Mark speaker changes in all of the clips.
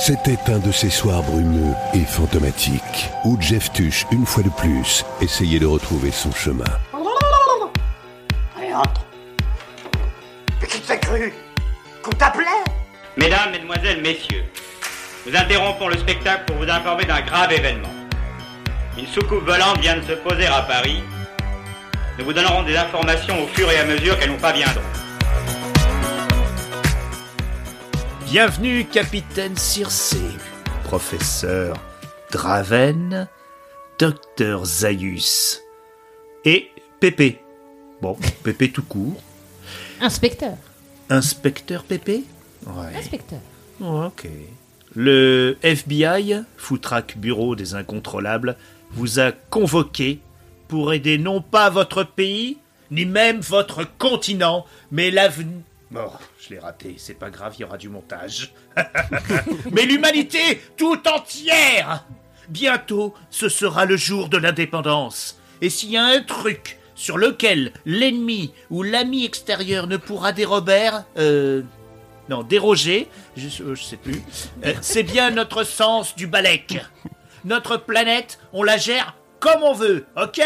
Speaker 1: C'était un de ces soirs brumeux et fantomatiques où Jeff Tuch, une fois de plus, essayait de retrouver son chemin.
Speaker 2: Allez, entre. Mais qui t'a cru Qu'on t'appelait
Speaker 3: Mesdames, Mesdemoiselles, Messieurs, nous interrompons le spectacle pour vous informer d'un grave événement. Une soucoupe volante vient de se poser à Paris. Nous vous donnerons des informations au fur et à mesure qu'elles nous parviendront.
Speaker 4: Bienvenue, capitaine Circé, professeur Draven, docteur Zaius et Pépé. Bon, Pépé tout court.
Speaker 5: Inspecteur.
Speaker 4: Inspecteur Pépé Ouais.
Speaker 5: Inspecteur.
Speaker 4: Oh, ok. Le FBI, Foutraque Bureau des Incontrôlables, vous a convoqué pour aider non pas votre pays, ni même votre continent, mais l'avenir. Bon, je l'ai raté, c'est pas grave, il y aura du montage. mais l'humanité tout entière Bientôt, ce sera le jour de l'indépendance. Et s'il y a un truc sur lequel l'ennemi ou l'ami extérieur ne pourra dérober, euh, non, déroger, je, euh, je sais plus, euh, c'est bien notre sens du balèque. Notre planète, on la gère comme on veut, ok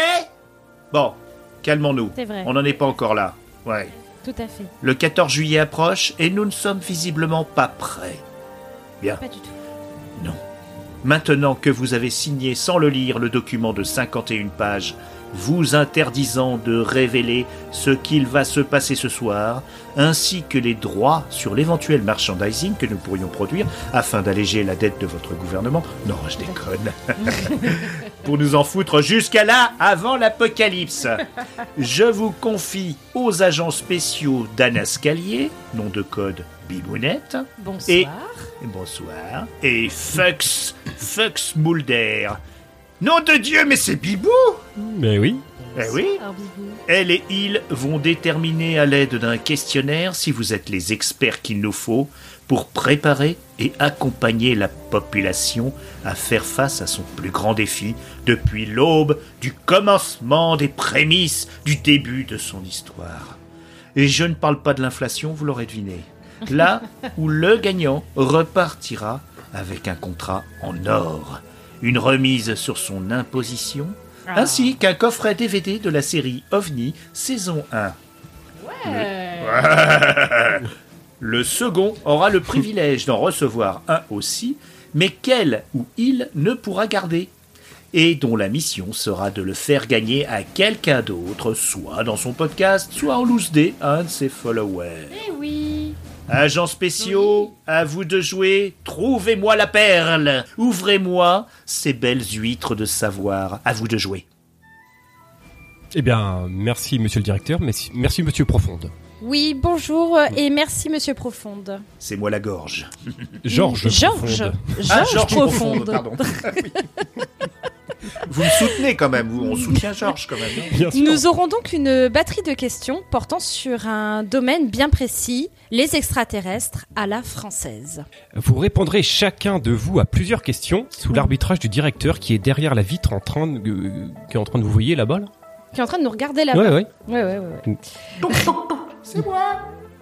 Speaker 4: Bon, calmons-nous.
Speaker 5: C'est vrai.
Speaker 4: On n'en est pas encore là. Ouais.
Speaker 5: Tout à fait.
Speaker 4: Le 14 juillet approche et nous ne sommes visiblement pas prêts. Bien,
Speaker 5: Pas du tout.
Speaker 4: non. Maintenant que vous avez signé sans le lire le document de 51 pages, vous interdisant de révéler ce qu'il va se passer ce soir, ainsi que les droits sur l'éventuel merchandising que nous pourrions produire afin d'alléger la dette de votre gouvernement. Non, je déconne. Pour nous en foutre jusqu'à là, avant l'apocalypse. Je vous confie aux agents spéciaux d'Anascalier, nom de code Bibounette,
Speaker 5: Bonsoir.
Speaker 4: Et- Bonsoir. Et Fux, Fux Mulder. Nom de Dieu, mais c'est Bibou
Speaker 6: Mais oui.
Speaker 4: Eh oui
Speaker 5: Alors, bisous.
Speaker 4: Elle et il vont déterminer à l'aide d'un questionnaire si vous êtes les experts qu'il nous faut pour préparer et accompagner la population à faire face à son plus grand défi depuis l'aube du commencement des prémices du début de son histoire. Et je ne parle pas de l'inflation, vous l'aurez deviné. Là où le gagnant repartira avec un contrat en or, une remise sur son imposition, ainsi qu'un coffret DVD de la série OVNI saison 1.
Speaker 5: Ouais.
Speaker 4: Le second aura le privilège d'en recevoir un aussi, mais qu'elle ou il ne pourra garder, et dont la mission sera de le faire gagner à quelqu'un d'autre, soit dans son podcast, soit en loose day à un de ses followers.
Speaker 5: Eh oui.
Speaker 4: Agents spéciaux, à vous de jouer. Trouvez-moi la perle. Ouvrez-moi ces belles huîtres de savoir. À vous de jouer.
Speaker 6: Eh bien, merci monsieur le directeur, merci, merci monsieur Profonde.
Speaker 5: Oui, bonjour euh, et merci, monsieur Profonde.
Speaker 4: C'est moi la gorge.
Speaker 6: Georges
Speaker 5: Georges.
Speaker 6: Profonde.
Speaker 5: Georges
Speaker 4: Ah,
Speaker 5: Profonde.
Speaker 4: pardon. vous me soutenez quand même. Vous, on soutient Georges quand même. hein. non
Speaker 6: Bien sûr.
Speaker 5: Nous aurons donc une batterie de questions portant sur un domaine bien précis, les extraterrestres à la française.
Speaker 6: Vous répondrez chacun de vous à plusieurs questions sous
Speaker 5: Oui.
Speaker 6: l'arbitrage du directeur qui est derrière la vitre en train de, euh, qui est en train de vous voyer là-bas. Là.
Speaker 5: Qui est en train de nous regarder là-bas.
Speaker 6: Ouais, ouais.
Speaker 5: Ouais, ouais, ouais,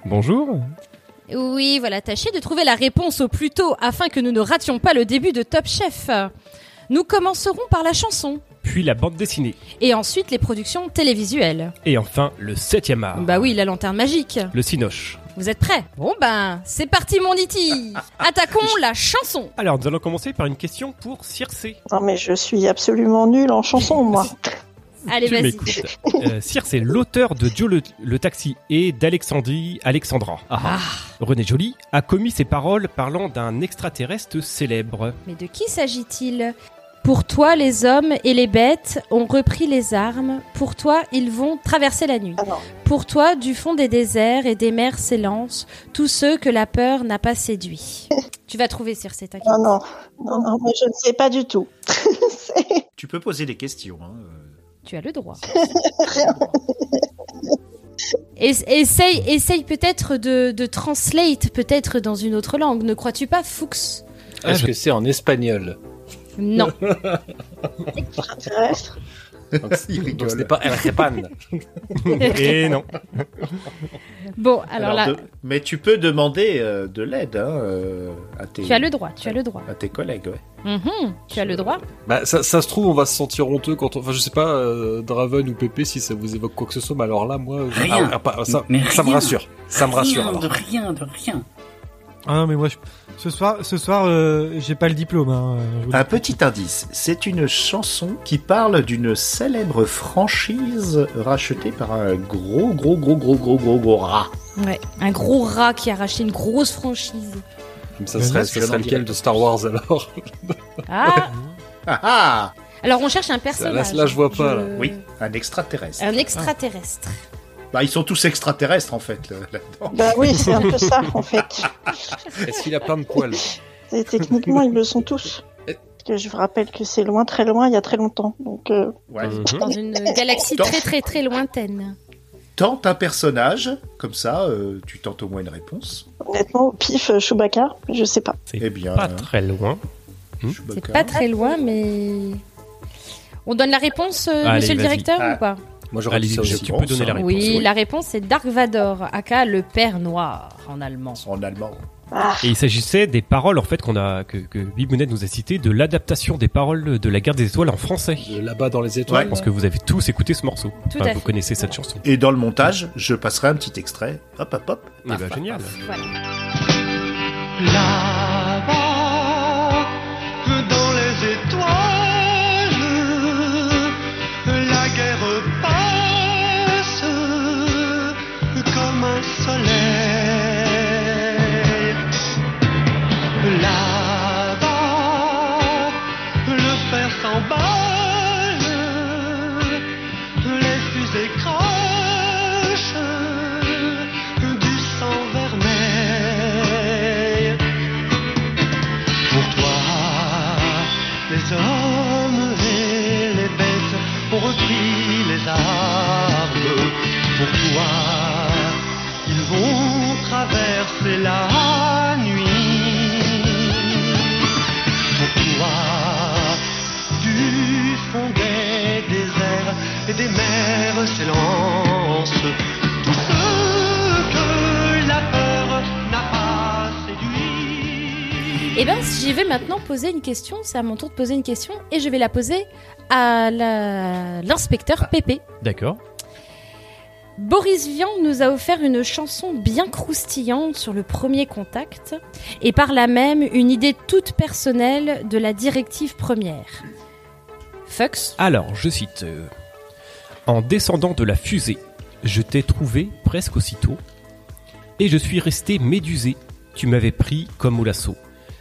Speaker 6: Bonjour.
Speaker 5: ouais. Oui, voilà, tâchez de trouver la réponse au plus tôt afin que nous ne rations pas le début de Top Chef. Nous commencerons par la chanson
Speaker 6: Puis la bande dessinée.
Speaker 5: et ensuite les productions télévisuelles.
Speaker 6: Et enfin, le septième art.
Speaker 5: Bah oui, la lanterne magique.
Speaker 6: Le cinoche.
Speaker 5: Vous êtes prêts Bon ben, c'est parti mon Diti Attaquons la chanson
Speaker 6: Alors, nous allons commencer par une question pour Circé.
Speaker 7: Non, mais je suis absolument nulle en chanson, moi.
Speaker 5: Allez,
Speaker 6: tu
Speaker 5: vas-y.
Speaker 6: m'écoutes. Euh, Circé, l'auteur de Dieu le, le taxi et d'Alexandrie Alexandra. Ah. René Joly a commis ses paroles parlant d'un extraterrestre célèbre.
Speaker 5: Mais de qui s'agit-il Pour toi, les hommes et les bêtes ont repris les armes. Pour toi, ils vont traverser la nuit.
Speaker 7: Ah non.
Speaker 5: Pour toi, du fond des déserts et des mers s'élancent tous ceux que la peur n'a pas séduit. tu vas trouver, Circe, t'inquiète.
Speaker 7: Non, non, non, non, mais je ne sais pas du tout. C'est-
Speaker 4: Tu peux poser des questions. hein.
Speaker 5: Tu as le droit. Es- essaye essaye peut-être de, de translate peut-être dans une autre langue. Ne crois-tu pas, Fuchs
Speaker 6: Ah,
Speaker 8: Est-ce que c'est en espagnol
Speaker 5: Non.
Speaker 7: Extraterrestre
Speaker 6: Donc, c-
Speaker 8: Il
Speaker 6: donc ce
Speaker 8: rigole.
Speaker 6: n'est pas Ertepan. Et non.
Speaker 5: Bon, alors, là,
Speaker 4: de- Mais tu peux demander euh, de l'aide hein, euh, à, tes...
Speaker 5: tu as le droit, tu as le droit.
Speaker 4: à tes collègues. ouais.
Speaker 5: Mhm, tu as le droit.
Speaker 8: Bah, ça, ça se trouve, on va se sentir honteux quand on. Enfin, je sais pas, euh, Draven ou Pépé, si ça vous évoque quoi que ce soit, mais alors là, moi. euh,
Speaker 9: Rien.
Speaker 8: ah, pas- ça,
Speaker 9: Mais
Speaker 8: ça me
Speaker 9: rien.
Speaker 8: rassure. Ça me rassure.
Speaker 9: Rien
Speaker 8: alors.
Speaker 9: de rien, de rien.
Speaker 10: Ah non, mais moi, je- ce soir, ce soir euh, j'ai pas le diplôme. Hein, euh, je vous le
Speaker 8: Ah,
Speaker 4: Un
Speaker 10: dis.
Speaker 4: petit indice, c'est une chanson qui parle d'une célèbre franchise rachetée par un gros, gros, gros, gros, gros, gros, gros rat.
Speaker 5: Ouais, un gros rat qui a racheté une grosse franchise.
Speaker 8: Mais ça
Speaker 10: Mais
Speaker 8: serait,
Speaker 10: là,
Speaker 8: ça
Speaker 4: je
Speaker 8: serait
Speaker 4: l'en
Speaker 8: lequel
Speaker 4: dirais.
Speaker 8: de Star Wars alors
Speaker 5: Ah
Speaker 4: Ah ah
Speaker 5: Alors on cherche un personnage.
Speaker 8: là, je vois pas, là.
Speaker 5: Euh.
Speaker 4: Oui, un extraterrestre.
Speaker 5: Un extraterrestre.
Speaker 4: Bah, ils sont tous extraterrestres en fait là- là-dedans.
Speaker 7: Bah oui, c'est un peu ça, en fait.
Speaker 8: Est-ce qu'il a plein de poils
Speaker 7: Et techniquement, ils le sont tous. Parce que je vous rappelle que c'est loin, très loin, il y a très longtemps. Donc, euh,
Speaker 4: Ouais.
Speaker 6: Mhm.
Speaker 8: Ah.
Speaker 5: Dans une
Speaker 8: Mmh.
Speaker 5: galaxie
Speaker 4: Dans-
Speaker 5: très très très lointaine.
Speaker 4: Tente un personnage, comme ça euh, tu tentes au moins une réponse.
Speaker 7: honnêtement, au pif, euh, Chewbacca, je sais pas.
Speaker 4: Eh bien,
Speaker 6: Pas très loin.
Speaker 5: C'est
Speaker 6: Hmm.
Speaker 4: Chewbacca.
Speaker 5: pas très loin, mais. On donne la réponse, euh,
Speaker 6: Allez,
Speaker 5: monsieur le
Speaker 6: vas-y.
Speaker 5: directeur,
Speaker 4: Ah.
Speaker 5: ou pas
Speaker 8: Moi, j'aurais dit
Speaker 6: Allez,
Speaker 8: ça
Speaker 6: je-
Speaker 8: aussi.
Speaker 6: tu peux donner la
Speaker 4: hein.
Speaker 6: réponse.
Speaker 5: Oui, la réponse c'est Dark Vador, aka le Père Noir en allemand.
Speaker 4: en allemand.
Speaker 6: Et il s'agissait des paroles en fait qu'on a que, que Bibounet nous a citées de l'adaptation des paroles de la Guerre des Étoiles en français.
Speaker 8: De Euh, Là-bas dans les
Speaker 4: Ouais.
Speaker 8: étoiles.
Speaker 6: Je pense que vous avez tous écouté ce morceau.
Speaker 5: Tout
Speaker 6: Enfin,
Speaker 5: à
Speaker 6: vous
Speaker 5: fait.
Speaker 6: connaissez cette chanson.
Speaker 4: Et dans le montage, je passerai un petit extrait. Hop, hop, hop.
Speaker 6: Eh ben, génial.
Speaker 11: Là-bas, dans les étoiles, la guerre passe comme un soleil. Là-bas, le fer s'emballe, les fusées crachent du sang vermeil. Pour toi, les hommes et les bêtes ont repris les armes. Pour toi, ils vont traverser la nuit. Pour toi, du fond des déserts et des mers s'élance tout ce que la peur n'a pas séduit.
Speaker 5: Eh ben, si j'y vais maintenant poser une question, c'est à mon tour de poser une question, et je vais la poser à la- l'inspecteur Pépé.
Speaker 6: D'accord.
Speaker 5: Boris Vian nous a offert une chanson bien croustillante sur le premier contact, et par là même une idée toute personnelle de la directive première. Fux
Speaker 6: Alors, je cite euh, En descendant de la fusée, je t'ai trouvé presque aussitôt, et je suis resté médusé. Tu m'avais pris comme au lasso.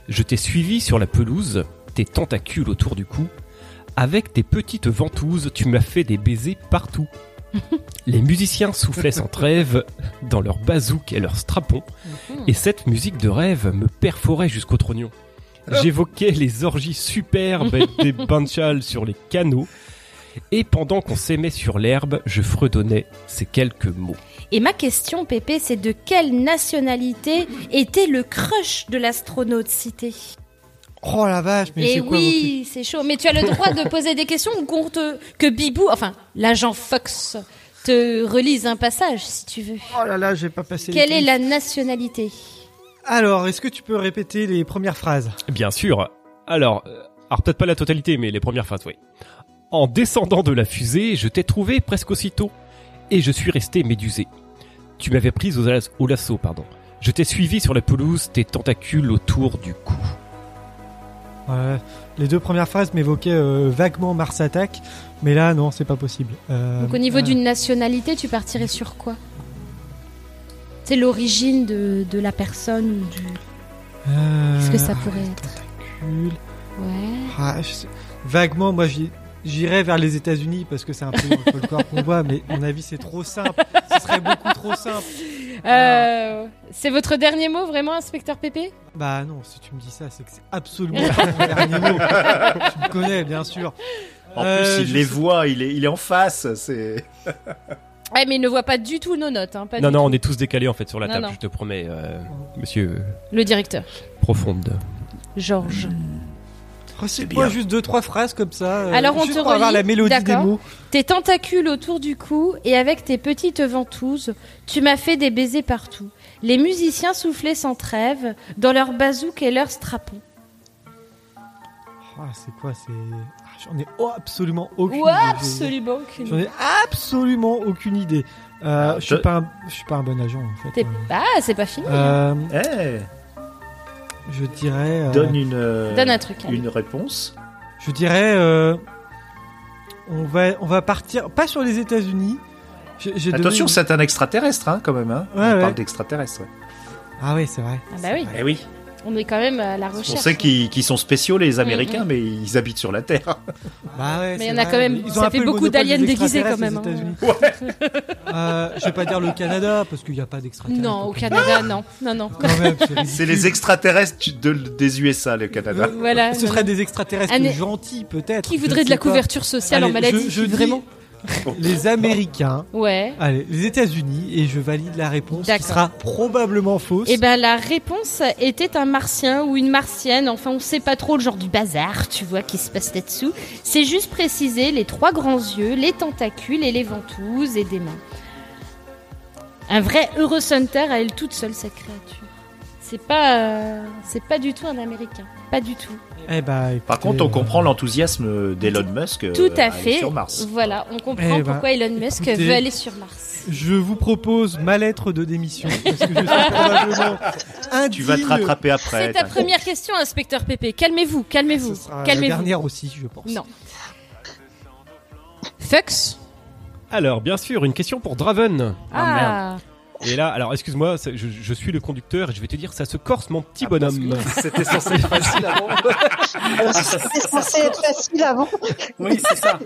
Speaker 6: Je t'ai suivi sur la pelouse, tes tentacules autour du cou. Avec tes petites ventouses, tu m'as fait des baisers partout. Les musiciens soufflaient sans trêve dans leurs bazouks et leurs strapons, et cette musique de rêve me perforait jusqu'au trognon. J'évoquais les orgies superbes des banchals sur les canaux, et pendant qu'on s'aimait sur l'herbe, je fredonnais ces quelques mots.
Speaker 5: Et ma question, Pépé, c'est de quelle nationalité était le crush de l'astronaute cité
Speaker 10: Oh la vache, mais
Speaker 5: Et
Speaker 10: c'est quoi votre
Speaker 5: Eh oui, c'est chaud. Mais tu as le droit de poser des questions ou qu'on te... que Bibou, enfin, l'agent Fox, te relise un passage si tu veux.
Speaker 10: Oh là là, j'ai pas passé. les
Speaker 5: Quelle est
Speaker 10: trucs.
Speaker 5: la nationalité
Speaker 10: Alors, est-ce que tu peux répéter les premières phrases
Speaker 6: Bien sûr. Alors, euh, alors peut-être pas la totalité, mais les premières phrases, oui. En descendant de la fusée, je t'ai trouvé presque aussitôt, et je suis resté médusé. Tu m'avais prise aux alas- au lasso, pardon. Je t'ai suivi sur la pelouse, tes tentacules autour du cou.
Speaker 10: Euh, Les deux premières phrases m'évoquaient euh, vaguement Mars Attack, mais là, non, c'est pas possible. Euh,
Speaker 5: Donc au niveau
Speaker 10: euh,
Speaker 5: d'une nationalité, tu partirais sur quoi C'est l'origine de, de la personne ou du...
Speaker 10: euh,
Speaker 5: Qu'est-ce que ça pourrait être
Speaker 10: tentacule.
Speaker 5: Ouais.
Speaker 10: Ah, je sais- Vaguement, moi, j'y- j'irais vers les États-Unis parce que c'est un peu le folklore qu'on voit, mais à mon avis, c'est trop simple. Ce serait beaucoup trop simple.
Speaker 5: Euh, c'est votre dernier mot, vraiment, inspecteur Pépé
Speaker 10: Bah non, si tu me dis ça, c'est que c'est absolument pas mon dernier mot. Tu me connais, bien sûr.
Speaker 4: En
Speaker 10: Euh,
Speaker 4: plus, il
Speaker 10: je
Speaker 4: les
Speaker 10: sais-
Speaker 4: voit, il est, il est en face. C'est
Speaker 5: Ouais, Eh, mais il ne voit pas du tout nos notes. Hein, pas
Speaker 6: Non,
Speaker 5: du
Speaker 6: non,
Speaker 5: tout.
Speaker 6: on est tous décalés en fait sur la
Speaker 5: Non,
Speaker 6: table,
Speaker 5: non.
Speaker 6: je te promets, euh, monsieur euh,
Speaker 5: Le directeur,
Speaker 6: Profonde.
Speaker 5: Georges.
Speaker 10: Recite-moi
Speaker 4: bien.
Speaker 10: juste deux, trois phrases comme ça. euh,
Speaker 5: Alors on
Speaker 10: juste
Speaker 5: te
Speaker 10: pour avoir
Speaker 5: relit,
Speaker 10: la mélodie des
Speaker 5: d'accord.
Speaker 10: mots.
Speaker 5: Tes tentacules autour du cou et avec tes petites ventouses, tu m'as fait des baisers partout. Les musiciens soufflaient sans trêve dans leurs bazouks et leurs strapons.
Speaker 10: Ah, c'est quoi C'est. Ah, J'en ai oh, absolument aucune
Speaker 5: Ouais,
Speaker 10: idée.
Speaker 5: absolument aucune.
Speaker 10: J'en ai absolument aucune idée. Euh, je suis
Speaker 4: je-
Speaker 10: pas, un... je suis pas un bon agent en fait.
Speaker 5: T'es- Ah, c'est pas fini. hein.
Speaker 10: Euh,
Speaker 4: Eh,
Speaker 10: je dirais. euh,
Speaker 4: donne une, euh,
Speaker 5: Donne un truc. hein. allez.
Speaker 4: une réponse.
Speaker 10: Je dirais. euh, On va, on va partir pas sur les États-Unis. J'ai- j'ai donné
Speaker 4: Attention,
Speaker 10: une-
Speaker 4: c'est un extraterrestre hein, quand même. Hein.
Speaker 10: Ouais,
Speaker 4: On
Speaker 10: ouais.
Speaker 4: parle d'extraterrestre. ouais.
Speaker 10: Ah ouais, c'est vrai.
Speaker 5: Ah bah oui,
Speaker 4: Eh oui,
Speaker 5: on est quand même à la recherche.
Speaker 4: on sait qu'ils qu'ils sont spéciaux les Américains,
Speaker 5: Mm,
Speaker 4: mais ils habitent sur la Terre.
Speaker 10: Bah ouais,
Speaker 5: Mais
Speaker 10: c'est
Speaker 5: il y en a
Speaker 10: vrai.
Speaker 5: quand même-
Speaker 10: Ils ont
Speaker 5: ça
Speaker 10: un
Speaker 5: fait
Speaker 10: peu le
Speaker 5: beaucoup
Speaker 10: monopole
Speaker 5: d'aliens
Speaker 10: des
Speaker 5: déguisés quand
Speaker 10: extraterrestres,
Speaker 5: même, hein.
Speaker 10: les États-Unis. Euh, je vais pas dire le Canada parce qu'il n'y a pas d'extraterrestres.
Speaker 5: Non, au
Speaker 10: Ah
Speaker 5: Canada, non. Non, non.
Speaker 10: Quand même, c'est ridicule.
Speaker 4: C'est les extraterrestres du- de- des USA, le Canada.
Speaker 5: Euh, Voilà.
Speaker 10: Ce
Speaker 5: non,
Speaker 10: serait
Speaker 5: non.
Speaker 10: des extraterrestres
Speaker 5: Un-
Speaker 10: gentils peut-être.
Speaker 5: Qui
Speaker 10: je
Speaker 5: voudrait
Speaker 10: sais
Speaker 5: de la
Speaker 10: pas.
Speaker 5: couverture sociale en
Speaker 10: Allez,
Speaker 5: maladie
Speaker 10: je- je dis
Speaker 5: Vraiment
Speaker 10: Les Américains.
Speaker 5: Ouais.
Speaker 10: Allez, les États-Unis et je valide la réponse qui
Speaker 5: D'accord.
Speaker 10: sera probablement fausse.
Speaker 5: Eh ben la réponse était un martien ou une martienne, enfin on sait pas trop le genre du bazar, tu vois, qui se passe là-dessous. C'est juste préciser les trois grands yeux, les tentacules et les ventouses et des mains. Un vrai Eurocenter à elle toute seule cette créature. C'est pas, euh, c'est pas du tout un Américain, pas du tout.
Speaker 10: Eh ben, écoutez,
Speaker 4: Par contre, on
Speaker 10: euh,
Speaker 4: comprend l'enthousiasme d'Elon Musk euh,
Speaker 5: Tout à
Speaker 4: aller
Speaker 5: fait.
Speaker 4: sur Mars.
Speaker 5: Voilà, on comprend
Speaker 10: Eh ben,
Speaker 5: pourquoi Elon Musk
Speaker 10: écoutez.
Speaker 5: veut aller sur Mars.
Speaker 10: Je vous propose ma lettre de démission parce que je suis probablement indigne.
Speaker 4: Tu vas te rattraper après.
Speaker 5: C'est ta
Speaker 4: t'inquiète.
Speaker 5: première question, inspecteur Pépé. Calmez-vous,
Speaker 10: Ah, Ce
Speaker 5: calmez-vous,
Speaker 10: sera la
Speaker 5: calmez-vous.
Speaker 10: dernière aussi, je pense.
Speaker 5: Non. Fux.
Speaker 6: Alors, bien sûr, une question pour Draven.
Speaker 5: Ah.
Speaker 6: Et là, alors excuse-moi, ça- je, je suis le conducteur et je vais te dire, ça se corse, mon petit
Speaker 4: Ah,
Speaker 6: bonhomme.
Speaker 8: C'était censé être facile avant.
Speaker 7: Alors, C'était censé être facile avant.
Speaker 9: Oui, c'est ça.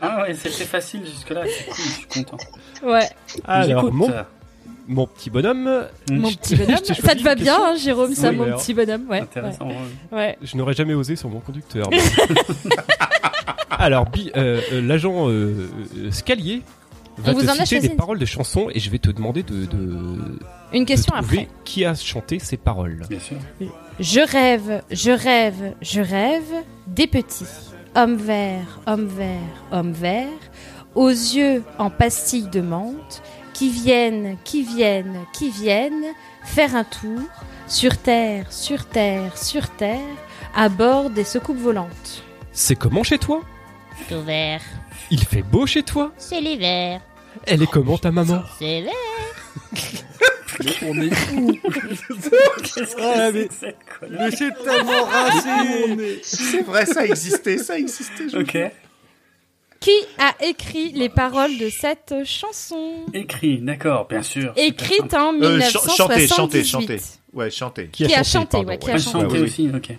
Speaker 9: Ah ouais, c'était facile jusque-là. C'est cool, je suis content.
Speaker 5: Ouais.
Speaker 6: Alors,
Speaker 9: J'écoute.
Speaker 6: mon, mon petit bonhomme,
Speaker 5: Mon
Speaker 6: Je-
Speaker 5: petit bonhomme.
Speaker 6: je
Speaker 5: Ça
Speaker 6: t'ai
Speaker 5: te
Speaker 6: choisi
Speaker 5: va
Speaker 6: une
Speaker 5: bien,
Speaker 6: question.
Speaker 5: hein, Jérôme, ça,
Speaker 6: Oui,
Speaker 5: mon
Speaker 6: alors.
Speaker 5: petit bonhomme. Ouais. ouais,
Speaker 9: Intéressant. ouais.
Speaker 5: ouais.
Speaker 6: je n'aurais jamais osé sur mon conducteur. mais- alors, Bi- euh, euh, l'agent euh, euh, Scalier va
Speaker 5: On vous
Speaker 6: te
Speaker 5: en a
Speaker 6: citer
Speaker 5: choisi
Speaker 6: des
Speaker 5: une.
Speaker 6: paroles de chansons et je vais te demander de, de,
Speaker 5: Une
Speaker 6: de
Speaker 5: question
Speaker 6: trouver
Speaker 5: après.
Speaker 6: qui a chanté ces paroles.
Speaker 9: Bien sûr.
Speaker 5: Je rêve, je rêve, je rêve des petits. Homme vert, homme vert, homme vert, aux yeux en pastilles de menthe, qui viennent, qui viennent, qui viennent faire un tour sur terre, sur terre, sur terre, à bord des secoupes volantes.
Speaker 6: C'est comment chez toi
Speaker 5: Tout vert,
Speaker 6: Il fait beau chez toi
Speaker 5: c'est l'hiver,
Speaker 6: Elle est comment ta maman
Speaker 5: c'est vert.
Speaker 8: On est
Speaker 10: Ah, mais
Speaker 9: C'est cool.
Speaker 10: mais c'est tellement rincé.
Speaker 4: C'est vrai, ça existait, ça existait. je-
Speaker 9: Ok.
Speaker 5: Qui a écrit les paroles de cette chanson
Speaker 9: Écrit, d'accord, bien sûr.
Speaker 5: Écrite en
Speaker 4: Euh, ch-
Speaker 5: 1978.
Speaker 4: chanter, chanter, chanter. Ouais, chanter.
Speaker 5: Qui a chanté,
Speaker 6: pardon,
Speaker 5: ouais, qui a
Speaker 9: Pas
Speaker 5: Ah,
Speaker 9: chanté
Speaker 4: oui, oui.
Speaker 9: aussi, ok.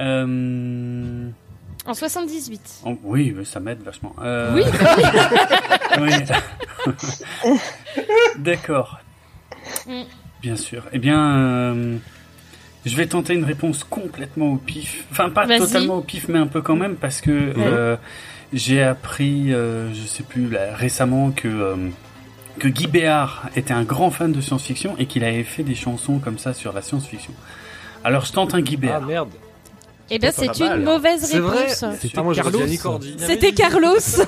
Speaker 9: Euh...
Speaker 5: En 78.
Speaker 9: oh, oui, mais ça m'aide vachement. Euh,
Speaker 5: Oui, bah oui.
Speaker 9: oui. D'accord.
Speaker 5: Mm.
Speaker 9: Bien sûr. Eh bien, euh, je vais tenter une réponse complètement au pif. Enfin, pas
Speaker 5: Vas-y.
Speaker 9: totalement au pif, mais un peu quand même, parce que euh, j'ai appris, euh, je sais plus, là, récemment que. euh, que Guy Béard était un grand fan de science-fiction et qu'il avait fait des chansons comme ça sur la science-fiction. Alors je tente un Guy
Speaker 8: Ah
Speaker 9: Béard.
Speaker 8: merde.
Speaker 5: Eh bien,
Speaker 4: Putain,
Speaker 5: c'est
Speaker 4: pas mal.
Speaker 5: une mauvaise
Speaker 8: C'est vrai.
Speaker 5: réponse.
Speaker 9: C'était
Speaker 8: Ah, moi j'aurais dit
Speaker 6: Carlos.
Speaker 8: Annie Cordy.
Speaker 5: C'était Carlos.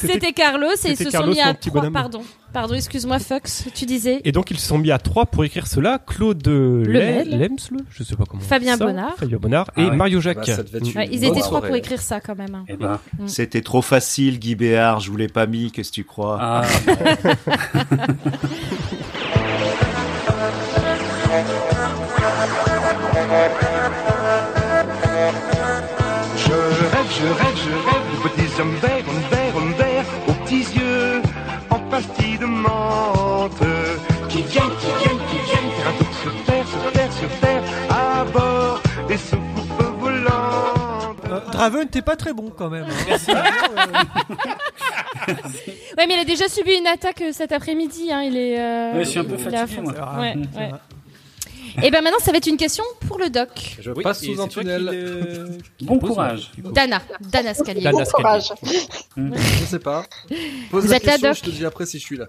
Speaker 5: C'était Carlos et ils
Speaker 6: c'était
Speaker 5: se sont
Speaker 6: Carlos,
Speaker 5: mis à
Speaker 6: mon petit
Speaker 5: trois.
Speaker 6: bonhomme.
Speaker 5: Pardon, pardon, excuse-moi, Fox. Tu disais
Speaker 6: Et donc ils se sont mis à trois pour écrire cela. Claude euh,
Speaker 5: Lemel.
Speaker 6: Le- Lemsle, je sais pas comment. on dit
Speaker 5: Fabien
Speaker 6: ça.
Speaker 5: Bonnard.
Speaker 6: Fabien Bonnard et
Speaker 9: Ah ouais.
Speaker 6: Mario Jacques.
Speaker 8: Bah, ça devait être
Speaker 6: Mm.
Speaker 8: une
Speaker 5: Ouais, ils
Speaker 8: bonne
Speaker 5: étaient trois
Speaker 8: soirée.
Speaker 5: pour écrire ça quand même. hein.
Speaker 9: Eh ben,
Speaker 4: C'était trop facile, Guy Béard, je vous l'ai pas mis, qu'est-ce que tu crois
Speaker 9: ah,
Speaker 11: Je rêve, je rêve, je rêve de petits hommes verts, hommes verts, hommes verts, aux petits yeux en pastille de menthe. Qui viennent, qui viennent, qui viennent faire un tour sur terre, sur terre, sur terre, à bord des soucoupes volantes.
Speaker 10: Euh, Draven, t'es pas très bon quand même. hein.
Speaker 5: Ouais, mais il a déjà subi une attaque euh, cet après-midi. hein, Il est. euh,
Speaker 9: Ouais, je suis un peu
Speaker 5: il est à
Speaker 9: fatigué,
Speaker 5: fond.
Speaker 9: moi.
Speaker 10: Ah,
Speaker 5: Ouais,
Speaker 9: c'est
Speaker 5: ouais. Et bien maintenant, ça va être une question pour le doc.
Speaker 8: Je passe sous un tunnel.
Speaker 9: bon courage.
Speaker 5: Dana, Dana Scalier.
Speaker 6: Dana.
Speaker 7: Bon courage.
Speaker 8: Je sais pas. Pose
Speaker 5: Vous
Speaker 8: la
Speaker 5: êtes là,
Speaker 8: question,
Speaker 5: Doc
Speaker 8: je te dis après si je suis là.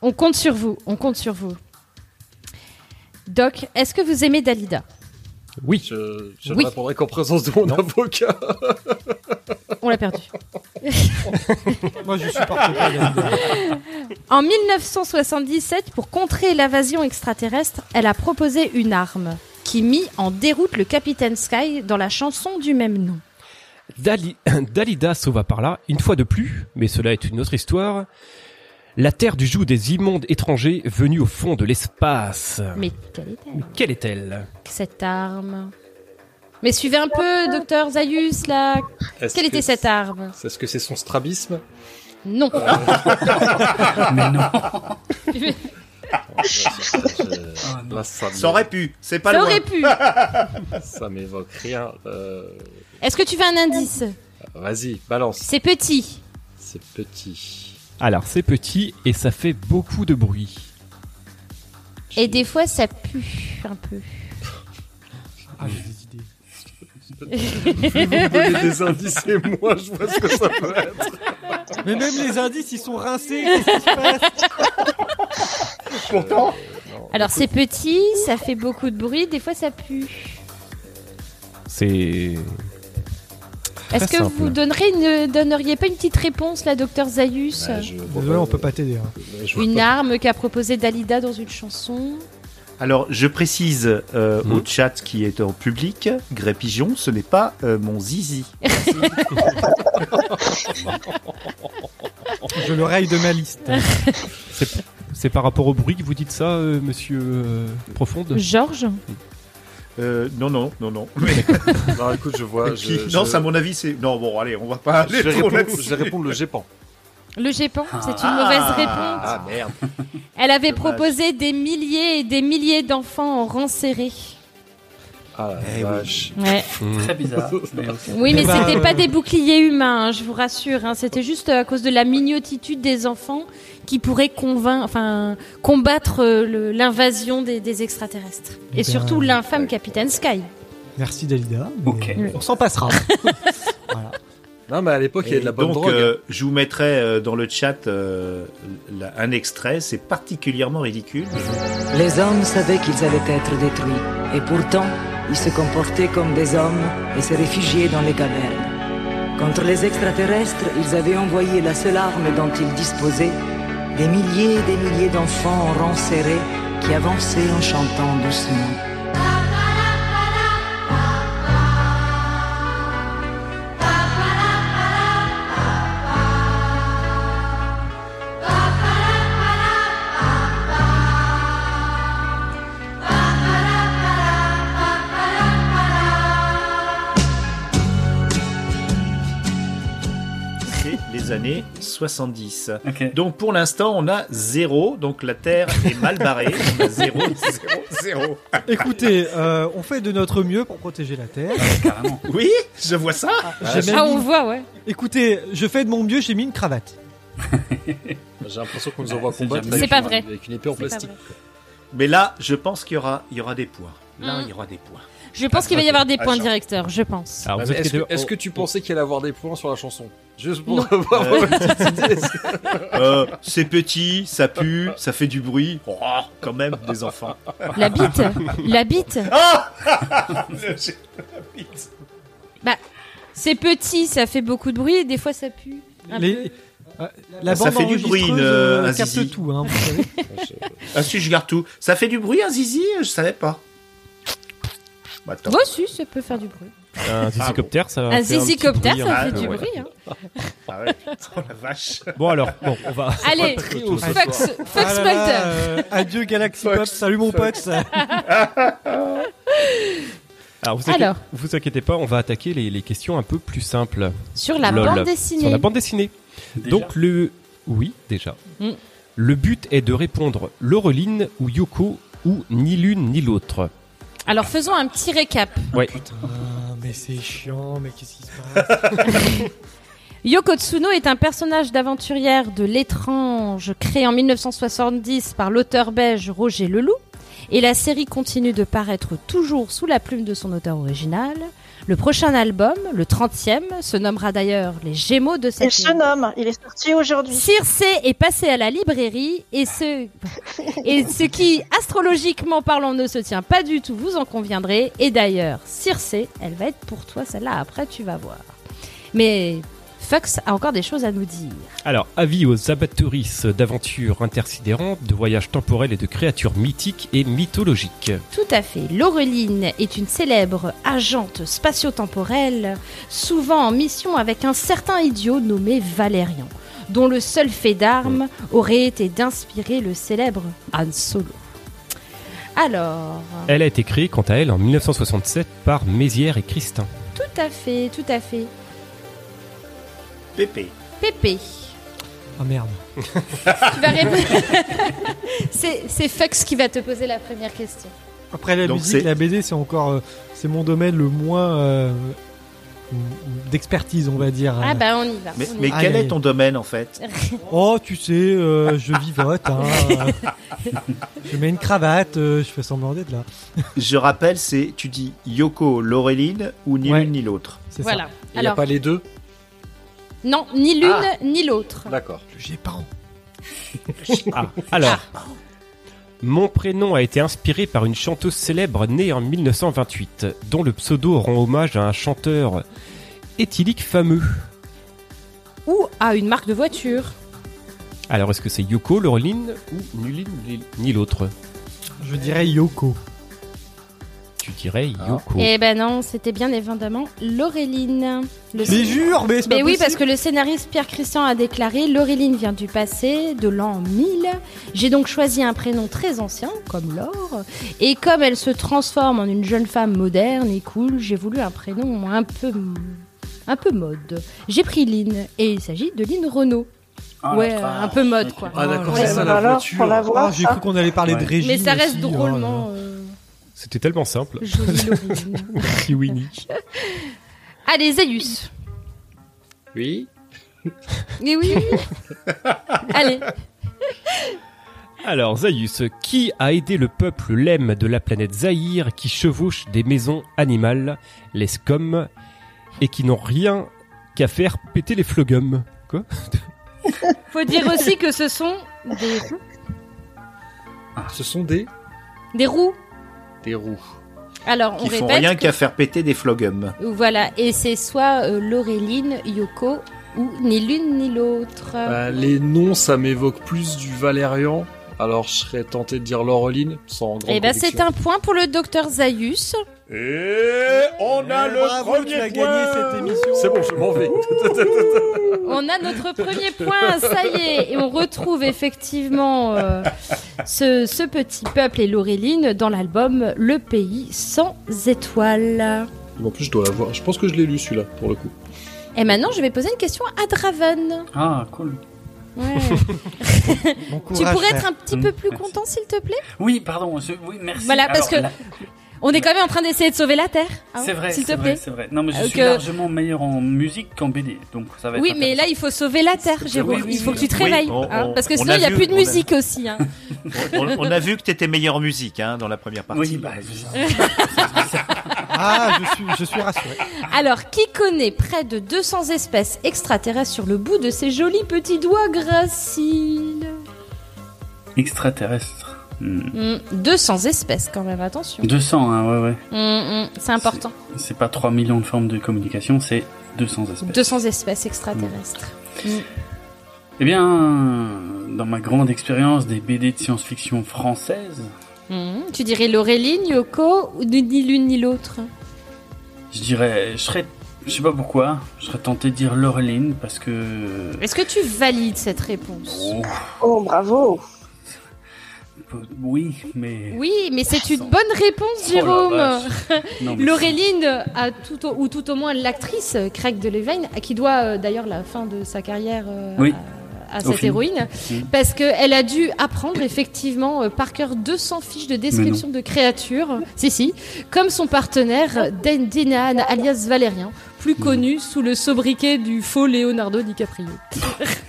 Speaker 5: On compte sur vous, on compte sur vous. Doc, est-ce que vous aimez Dalida
Speaker 6: Oui.
Speaker 8: Je, je
Speaker 5: Oui.
Speaker 8: ne répondrai qu'en présence de mon avocat.
Speaker 5: On l'a perdu.
Speaker 10: Moi, je supporte pas hein. Dalida.
Speaker 5: En 1977, pour contrer l'invasion extraterrestre, elle a proposé une arme qui mit en déroute le capitaine Sky dans la chanson du même nom.
Speaker 6: Dali- Dalida sauva par là, une fois de plus, mais cela est une autre histoire, la terre du joug des immondes étrangers venus au fond de l'espace.
Speaker 5: Mais quelle était
Speaker 6: Mais quelle est-elle
Speaker 5: cette arme Mais suivez un peu, docteur Zayus, là.
Speaker 8: Est-ce
Speaker 5: Quelle
Speaker 8: que
Speaker 5: était cette arme
Speaker 8: C'est- Est-ce que c'est son strabisme
Speaker 5: Non.
Speaker 8: Mais non. Ah,
Speaker 4: Ah, Ça aurait pu, c'est pas
Speaker 5: Ça
Speaker 4: loin.
Speaker 5: aurait pu.
Speaker 8: Ça m'évoque rien. euh,
Speaker 5: Est-ce que tu veux un indice
Speaker 8: Vas-y, balance.
Speaker 5: C'est petit.
Speaker 8: C'est petit.
Speaker 6: Alors c'est petit et ça fait beaucoup de bruit.
Speaker 5: Et des fois, ça pue un peu.
Speaker 8: Plus vous me donnez des indices et moi, je vois ce que ça peut être.
Speaker 10: Mais même les indices, ils sont rincés. Qu'est-ce qui se passe
Speaker 5: Pourtant. Alors, c'est petit, ça fait beaucoup de bruit, des fois, ça pue.
Speaker 6: C'est...
Speaker 5: Est-ce que
Speaker 6: Très simple.
Speaker 5: vous donnerez une- donneriez pas une petite réponse, là, docteur Zayus
Speaker 8: Bah,
Speaker 10: Désolé, on peut pas t'aider. hein.
Speaker 5: Une arme qu'a proposée Dalida dans une chanson.
Speaker 4: Alors, je précise euh, au
Speaker 8: Mm.
Speaker 4: chat qui est en public, Gré Pigeon, ce n'est pas euh, mon zizi.
Speaker 10: Je l'oreille de ma liste.
Speaker 6: C'est, c'est par rapport au bruit que vous dites ça, euh, monsieur euh, Profonde
Speaker 5: Georges
Speaker 4: Euh, non, non, non, non. non,
Speaker 8: écoute, je vois. je-
Speaker 4: non,
Speaker 8: je-
Speaker 4: ça, à mon avis, c'est. Non, bon, allez, on va pas.
Speaker 8: Je
Speaker 4: aller
Speaker 8: vais
Speaker 4: trop
Speaker 8: répondre-
Speaker 4: là-dessus.
Speaker 8: je vais répondre le GEPAN.
Speaker 5: Le GEPAN, c'est une
Speaker 4: Ah.
Speaker 5: mauvaise réponse.
Speaker 8: Ah merde.
Speaker 5: Elle avait
Speaker 8: Dommage.
Speaker 5: proposé des milliers et des milliers d'enfants en rang serré.
Speaker 8: Ah la vache.
Speaker 5: Ouais.
Speaker 9: Très bizarre. mais ok.
Speaker 5: Oui, mais
Speaker 10: Eh ben,
Speaker 5: c'était
Speaker 10: euh,
Speaker 5: pas des boucliers humains, hein, je vous rassure. hein. C'était juste à cause de la mignotitude des enfants qui pourraient convain- enfin, combattre euh, le- l'invasion des, des extraterrestres.
Speaker 6: Eh
Speaker 10: Ben,
Speaker 5: Et surtout l'infâme capitaine Sky.
Speaker 10: Merci Dalida. mais
Speaker 9: Ok.
Speaker 10: On s'en passera.
Speaker 8: Non, mais à l'époque, il y a de la
Speaker 4: Et
Speaker 8: bonne
Speaker 4: donc,
Speaker 8: drogue. hein.
Speaker 4: euh, je vous mettrai euh, dans le chat euh, la- un extrait, c'est particulièrement ridicule.
Speaker 12: Les hommes savaient qu'ils allaient être détruits, et pourtant, ils se comportaient comme des hommes et se réfugiaient dans les cavernes. Contre les extraterrestres, ils avaient envoyé la seule arme dont ils disposaient, des milliers et des milliers d'enfants en rang serré qui avançaient en chantant doucement.
Speaker 4: C'est les années 70. Donc pour l'instant, on a zéro, donc la Terre est mal barrée. on a zéro, zéro, zéro.
Speaker 10: Écoutez, euh, on fait de notre mieux pour protéger la Terre.
Speaker 4: Oui, je vois ça.
Speaker 10: J'ai même
Speaker 5: Ah,
Speaker 10: mis-
Speaker 5: on voit, ouais.
Speaker 10: Écoutez, je fais de mon mieux, j'ai mis une cravate.
Speaker 8: J'ai l'impression qu'on nous envoie
Speaker 4: C'est
Speaker 8: combattre.
Speaker 4: déjà
Speaker 8: avec
Speaker 4: C'est pas
Speaker 8: une-
Speaker 4: vrai.
Speaker 8: Avec une épée en
Speaker 4: C'est pas
Speaker 8: plastique.
Speaker 4: Mais là, je pense qu'il y aura, il y aura des points. Là,
Speaker 5: Mm.
Speaker 4: il y aura des points.
Speaker 5: Je pense qu'il va y avoir des points
Speaker 6: Ah,
Speaker 4: Attends.
Speaker 5: directeurs, je pense.
Speaker 8: Ouais, mais Est-ce que, est-ce que tu pensais qu'il allait avoir des points sur la chanson Juste pour
Speaker 5: Non.
Speaker 8: avoir
Speaker 4: Euh,
Speaker 8: une petite idée.
Speaker 4: Euh, c'est petit, ça pue, ça fait du bruit. Oh, quand même, des enfants. Ah
Speaker 5: La bite La bite Bah, c'est petit, ça fait beaucoup de bruit, et des fois ça pue. un
Speaker 10: Les- euh, la
Speaker 4: Ça
Speaker 10: bande
Speaker 4: fait du bruit, une,
Speaker 10: enregistreuse,
Speaker 4: euh,
Speaker 10: euh,
Speaker 4: un
Speaker 10: capte
Speaker 4: zizi.
Speaker 10: tout. Hein, vous savez.
Speaker 4: Ah si, je garde tout. Ça fait du bruit, un zizi Je savais pas. Bah,
Speaker 5: peu.
Speaker 4: attends.
Speaker 5: Moi aussi, ça peut faire du bruit.
Speaker 6: Un zizicoptère, ça
Speaker 5: Un
Speaker 6: fait petit
Speaker 5: zizicoptère,
Speaker 6: bruit,
Speaker 5: ça
Speaker 6: hein.
Speaker 5: fait du
Speaker 6: Ouais.
Speaker 5: bruit. hein.
Speaker 4: Ah ouais, putain, la vache.
Speaker 6: Bon alors, bon, on va...
Speaker 5: Allez,
Speaker 6: on va traiter autre chose.
Speaker 5: fuck, ce- fuck
Speaker 10: Ah là là,
Speaker 5: Spalter.
Speaker 10: euh, adieu Galaxy Pop, salut mon pote.
Speaker 6: Alors, vous inquiétez,
Speaker 5: Alors.
Speaker 6: vous inquiétez pas, on va attaquer les, les questions un peu plus simples.
Speaker 5: Sur la
Speaker 6: Lol.
Speaker 5: bande dessinée.
Speaker 6: Sur la bande dessinée.
Speaker 9: Déjà
Speaker 6: Donc le... Oui, déjà.
Speaker 5: Mm.
Speaker 6: Le but est de répondre Laureline ou Yoko ou ni l'une ni l'autre.
Speaker 5: Alors faisons un petit récap.
Speaker 6: Ouais.
Speaker 10: Ah, mais c'est chiant, mais qu'est-ce qui se passe
Speaker 5: Yoko Tsuno est un personnage d'aventurière de l'étrange créé en 1970 par l'auteur belge Roger Leloup et la série continue de paraître toujours sous la plume de son auteur original. Le prochain album, le 30e, se nommera d'ailleurs Les Gémeaux de
Speaker 7: Il
Speaker 5: cette
Speaker 7: se nomme, il est sorti aujourd'hui.
Speaker 5: Circe est passé à la librairie et ce, et ce qui, astrologiquement parlant, ne se tient pas du tout, vous en conviendrez. Et d'ailleurs, Circe, elle va être pour toi celle-là, après tu vas voir. Mais Fox a encore des choses à nous dire.
Speaker 6: Alors, avis aux abatteurices d'aventures intersidérantes, de voyages temporels et de créatures mythiques et mythologiques.
Speaker 5: Tout à fait. Laureline est une célèbre agente spatio-temporelle, souvent en mission avec un certain idiot nommé Valérian, dont le seul fait d'armes aurait été d'inspirer le célèbre Han Solo. Alors,
Speaker 6: Elle a été créée quant à elle en 1967 par Mézières et Christin.
Speaker 5: tout à fait, tout à fait.
Speaker 4: Pépé.
Speaker 5: Pépé,
Speaker 10: Ah merde.
Speaker 5: tu vas répondre. c'est, c'est Fux qui va te poser la première question.
Speaker 10: Après la
Speaker 5: Donc
Speaker 10: musique,
Speaker 5: c'est-
Speaker 10: la BD, c'est encore, euh, c'est mon domaine le moins euh, d'expertise, on va dire.
Speaker 5: Ah bah, on y va,
Speaker 4: Mais,
Speaker 5: on y
Speaker 4: mais
Speaker 5: va.
Speaker 4: quel
Speaker 10: Aïe,
Speaker 4: est
Speaker 10: aïe.
Speaker 4: ton domaine en fait
Speaker 10: Oh, tu sais, euh, je vivote. hein, euh, je mets une cravate, euh, je fais semblant d'être là.
Speaker 4: Je rappelle, c'est tu dis Yoko, Laureline ou ni l'une ni l'autre.
Speaker 10: C'est
Speaker 5: Voilà. ça. Et y a Alors- pas Ah.
Speaker 4: les deux
Speaker 5: Non, ni l'une ni l'autre.
Speaker 8: D'accord.
Speaker 10: J'ai pas
Speaker 6: Ah, alors, mon prénom a été inspiré par une chanteuse célèbre née en 1928, dont le pseudo rend hommage à un chanteur éthylique fameux.
Speaker 5: Ou à une marque de voiture.
Speaker 6: Alors, est-ce que c'est Yoko, Laureline ou ni l'une ni- ni l'autre
Speaker 10: Je dirais Yoko.
Speaker 6: Tu dirais
Speaker 8: Ah.
Speaker 6: Yoko.
Speaker 5: Eh ben non, c'était bien évidemment Laureline. Le
Speaker 10: Mais jure, mais c'est pas
Speaker 5: oui,
Speaker 10: possible.
Speaker 5: parce que le scénariste Pierre Christian a déclaré Laureline vient du passé, de l'an 1000. J'ai donc choisi un prénom très ancien, comme Laure. Et comme elle se transforme en une jeune femme moderne et cool, j'ai voulu un prénom un peu, un peu mode. J'ai pris Lynn, et il s'agit de Lynn Renault.
Speaker 7: Ah,
Speaker 5: ouais,
Speaker 7: la vache.
Speaker 5: un peu mode quoi.
Speaker 4: Oh,
Speaker 10: Ah, d'accord,
Speaker 5: Ouais.
Speaker 10: c'est ça, la Alors, voiture. faut la voir, Ah, j'ai cru ça. qu'on allait parler de Régine
Speaker 5: Mais ça reste
Speaker 10: aussi, oh là là.
Speaker 5: drôlement. euh,
Speaker 6: hein, C'était tellement simple.
Speaker 5: Jolie Laureline.
Speaker 6: Merci, Winnie.
Speaker 5: Allez, Zayus.
Speaker 8: Oui.
Speaker 5: Mais oui. Allez.
Speaker 6: Alors, Zaius, qui a aidé le peuple lemme de la planète Zahir qui chevauche des maisons animales, les scums, et qui n'ont rien qu'à faire péter les flogums Quoi
Speaker 5: Faut dire aussi que ce sont des roues.
Speaker 4: Ah.
Speaker 8: Ce sont des
Speaker 5: Des roues.
Speaker 8: des roues.
Speaker 5: Alors, on
Speaker 4: Qui font
Speaker 5: répète.
Speaker 4: rien
Speaker 5: que-
Speaker 4: qu'à faire péter des flogums.
Speaker 5: Voilà, et c'est soit euh, Laureline, Yoko, ou ni l'une ni l'autre.
Speaker 4: Euh.
Speaker 8: Bah, les noms, ça m'évoque plus du Valérian. Alors, je serais tenté de dire Laureline, sans grande
Speaker 5: Eh ben, c'est un point pour le docteur Zaius.
Speaker 4: Et on
Speaker 5: a le
Speaker 4: premier
Speaker 5: point.
Speaker 8: C'est bon, je m'en vais.
Speaker 5: On a notre premier point, ça y est, et on retrouve effectivement euh, ce, ce petit peuple et Laureline dans l'album Le pays sans étoiles.
Speaker 8: en plus, je dois l'avoir. Je pense que je l'ai lu celui-là, pour le coup.
Speaker 5: Et maintenant, je vais poser une question à Draven.
Speaker 9: Ah, cool.
Speaker 5: Ouais.
Speaker 10: oh
Speaker 5: tu
Speaker 9: courage,
Speaker 5: pourrais
Speaker 9: frère.
Speaker 5: être un petit
Speaker 9: Mm,
Speaker 5: peu plus
Speaker 9: merci.
Speaker 5: content, s'il te plaît
Speaker 9: Oui, pardon. je- Oui, merci.
Speaker 5: Voilà, parce
Speaker 9: Alors,
Speaker 5: que
Speaker 9: là-
Speaker 5: on est quand même en train d'essayer de sauver la Terre. hein,
Speaker 9: C'est vrai,
Speaker 5: s'il te
Speaker 9: c'est vrai,
Speaker 5: plaît.
Speaker 9: c'est vrai. Non, mais je
Speaker 5: Euh,
Speaker 9: suis
Speaker 5: que-
Speaker 9: largement meilleur en musique qu'en BD, donc ça va être.
Speaker 5: Oui, mais là, il faut sauver la Terre.
Speaker 9: C'est
Speaker 5: J'ai-
Speaker 9: vrai, oui,
Speaker 5: il faut
Speaker 9: oui,
Speaker 5: que tu te
Speaker 9: oui.
Speaker 5: réveilles.
Speaker 4: On-
Speaker 5: hein,
Speaker 4: on-
Speaker 5: parce que
Speaker 4: on
Speaker 5: sinon, il n'y a
Speaker 4: vu-
Speaker 5: plus de
Speaker 4: on
Speaker 5: musique aussi. hein.
Speaker 4: On, on a vu que t'étais meilleur en musique hein, dans la première partie.
Speaker 5: bah,
Speaker 10: Ah, je suis, je suis rassuré.
Speaker 5: Alors, qui connaît près de 200 espèces extraterrestres sur le bout de ses jolis petits doigts graciles
Speaker 9: Extraterrestre. Hmm.
Speaker 5: Hmm, 200 espèces quand même, attention.
Speaker 9: 200, hein, ouais, ouais.
Speaker 5: Hmm, hmm, C'est important.
Speaker 9: C'est pas 3 millions de formes de communication, c'est 200 espèces.
Speaker 5: 200 espèces extraterrestres. Hmm.
Speaker 9: Eh bien, dans ma grande expérience des BD de science-fiction française,
Speaker 5: Hmm, Tu dirais Laureline, Yoko, ou ni ni l'une ni l'autre
Speaker 9: je dirais, je serais, je sais pas pourquoi, je serais tenté de dire Laureline parce que. euh,
Speaker 5: Est-ce que tu valides cette réponse
Speaker 9: Oh,
Speaker 7: Oh, bravo.
Speaker 9: oui, mais.
Speaker 5: Oui, mais c'est une bonne réponse, Jérôme.
Speaker 9: Oh la Non, mais-
Speaker 5: Laureline, a tout au- ou tout au moins l'actrice euh, Craig de Levine, à qui doit euh, d'ailleurs la fin de sa carrière euh,
Speaker 9: Oui.
Speaker 5: à, à
Speaker 9: Au
Speaker 5: cette
Speaker 9: film.
Speaker 5: héroïne,
Speaker 9: Mm.
Speaker 5: parce qu'elle a dû apprendre effectivement euh, par cœur 200 fiches de description de créatures, si si, comme son partenaire Dan Denahan, alias Valérien, plus
Speaker 9: Mm.
Speaker 5: connu sous le sobriquet du faux Leonardo DiCaprio.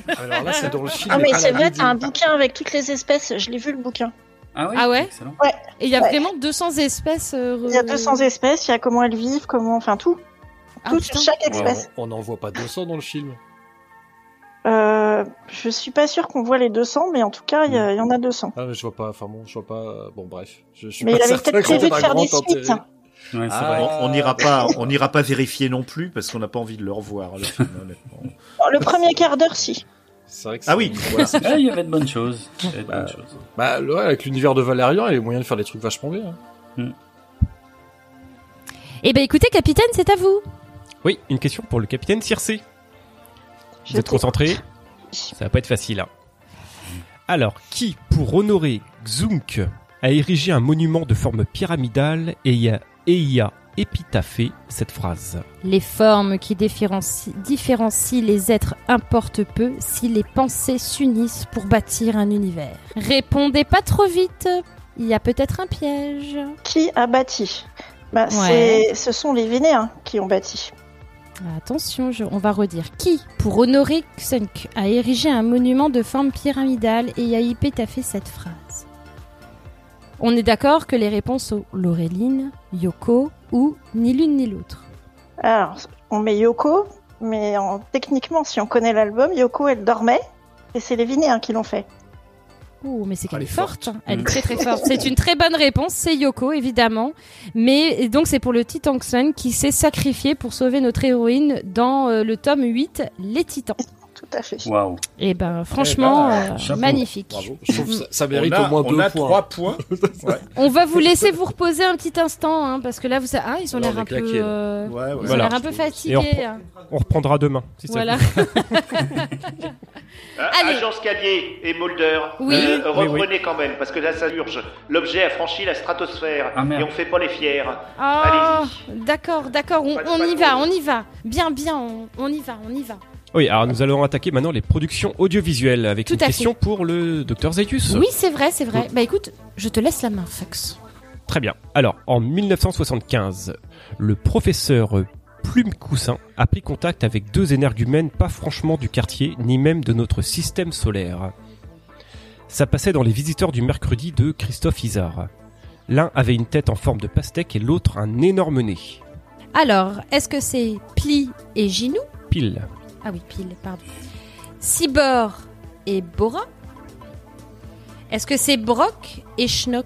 Speaker 8: Alors là, c'est dans le film.
Speaker 7: Ah,
Speaker 8: et
Speaker 7: mais
Speaker 8: pas
Speaker 7: c'est
Speaker 8: la
Speaker 7: vrai,
Speaker 8: BD.
Speaker 7: t'as un bouquin avec toutes les espèces. Je l'ai vu le bouquin.
Speaker 9: Ah,
Speaker 5: ouais
Speaker 9: Excellent.
Speaker 7: Ouais.
Speaker 5: Et il y a
Speaker 7: Ouais.
Speaker 5: vraiment 200 espèces. euh,
Speaker 7: Il y a 200 espèces, il y a comment elles vivent, comment, enfin tout.
Speaker 5: Ah,
Speaker 7: tout sur
Speaker 5: putain.
Speaker 7: chaque espèce.
Speaker 8: on n'en voit pas 200 dans le film.
Speaker 7: Euh, je suis pas sûre qu'on voit les 200, mais en tout cas, il y, a- il y en a 200.
Speaker 8: Ah, mais je vois pas, enfin bon, je vois pas. euh, Bon, bref. Je, je suis
Speaker 7: Mais
Speaker 8: pas
Speaker 7: il avait
Speaker 8: certain
Speaker 7: peut-être
Speaker 8: qu'on ait
Speaker 7: prévu de
Speaker 8: un
Speaker 7: faire
Speaker 8: grand
Speaker 7: des
Speaker 8: intérêt.
Speaker 7: suites.
Speaker 9: hein. Ouais, c'est
Speaker 8: Ah.
Speaker 9: vrai.
Speaker 4: On n'ira pas, on n'ira pas vérifier non plus parce qu'on n'a pas envie de le revoir. le film, honnêtement.
Speaker 7: Dans le premier quart d'heure, si.
Speaker 8: C'est vrai que
Speaker 4: Ah
Speaker 8: c'est-
Speaker 4: oui.
Speaker 8: voilà, c'est-
Speaker 9: Ah, il y avait de bonnes choses. Il y avait de
Speaker 8: Bah,
Speaker 9: bonnes choses.
Speaker 8: bah, ouais, avec l'univers de Valérian, il y a moyen de faire des trucs vachement bien. hein.
Speaker 5: Eh ben écoutez, capitaine, c'est à vous.
Speaker 6: Oui, une question pour le capitaine Circé.
Speaker 5: Je
Speaker 6: Vous êtes concentré Ça va pas être facile. hein. Alors, qui, pour honorer Xunk, a érigé un monument de forme pyramidale et y a, et y a épitaphé cette phrase
Speaker 5: Les formes qui différenci- différencient les êtres importent peu si les pensées s'unissent pour bâtir un univers. Répondez pas trop vite, il y a peut-être un piège.
Speaker 7: Qui a bâti Bah,
Speaker 5: Ouais.
Speaker 7: c'est- ce sont les Vénéens qui ont bâti.
Speaker 5: Attention, je- on va redire. Qui, pour honorer Xunk, a érigé un monument de forme pyramidale et Yaipé t'a fait cette phrase On est d'accord que les réponses sont Laureline, Yoko ou ni l'une ni l'autre.
Speaker 7: Alors, on met Yoko, mais en- techniquement, si on connaît l'album, Yoko, elle dormait, et c'est les Vénéens qui l'ont fait.
Speaker 5: Oh, mais c'est qu'elle
Speaker 7: Elle
Speaker 5: est
Speaker 7: est
Speaker 5: forte.
Speaker 7: forte.
Speaker 5: Elle est
Speaker 7: Mm.
Speaker 5: très très forte. C'est une très bonne réponse. C'est Yoko, évidemment. Mais et donc, c'est pour le Titan Xun qui s'est sacrifié pour sauver notre héroïne dans euh, le tome 8, Les Titans.
Speaker 7: Tout à fait.
Speaker 9: Waouh.
Speaker 5: Et ben, franchement,
Speaker 8: Eh ben,
Speaker 5: euh,
Speaker 8: chapeau.
Speaker 5: magnifique.
Speaker 8: Bravo. Je trouve que ça, ça
Speaker 4: Mm.
Speaker 8: mérite
Speaker 4: On a-
Speaker 8: au moins
Speaker 4: on
Speaker 8: deux
Speaker 4: a
Speaker 8: points.
Speaker 4: trois points.
Speaker 5: On va vous laisser vous reposer un petit instant, hein, parce que là, vous, ah, ils ont
Speaker 6: Là, on
Speaker 5: l'air
Speaker 6: est
Speaker 5: un peu,
Speaker 6: claqués, là.
Speaker 5: euh,
Speaker 6: Ouais, ouais.
Speaker 5: ils ont
Speaker 6: Voilà.
Speaker 5: l'air un peu
Speaker 6: Et on
Speaker 5: fatigués. hein.
Speaker 6: reprend- on reprendra demain, si ça
Speaker 5: voilà.
Speaker 3: Euh, Agent Scalier et Mulder,
Speaker 5: Oui.
Speaker 3: euh,
Speaker 5: Oui,
Speaker 6: oui.
Speaker 3: reprenez quand même, parce que là ça urge. L'objet a franchi la stratosphère
Speaker 9: Ah, merde.
Speaker 3: et on fait pas les fiers.
Speaker 5: Ah, d'accord, d'accord. On, on y va, on y va. Bien, bien. On, on y va, on y va.
Speaker 6: Oui, alors nous allons attaquer maintenant les productions audiovisuelles avec
Speaker 5: Tout
Speaker 6: une
Speaker 5: à
Speaker 6: question
Speaker 5: fait.
Speaker 6: pour le docteur Zayus.
Speaker 5: Oui, c'est vrai, c'est vrai. Bah écoute, je te laisse la main, Fox.
Speaker 6: Très bien. Alors, en 1975, le professeur Plume Coussin a pris contact avec deux énergumènes pas franchement du quartier, ni même de notre système solaire. Ça passait dans les visiteurs du mercredi de Christophe Isard. L'un avait une tête en forme de pastèque et l'autre un énorme nez.
Speaker 5: Alors, est-ce que c'est Pli et Ginou
Speaker 6: Pile.
Speaker 5: Ah oui, Pile, pardon. Cibor et Bora Est-ce que c'est Brock et Schnock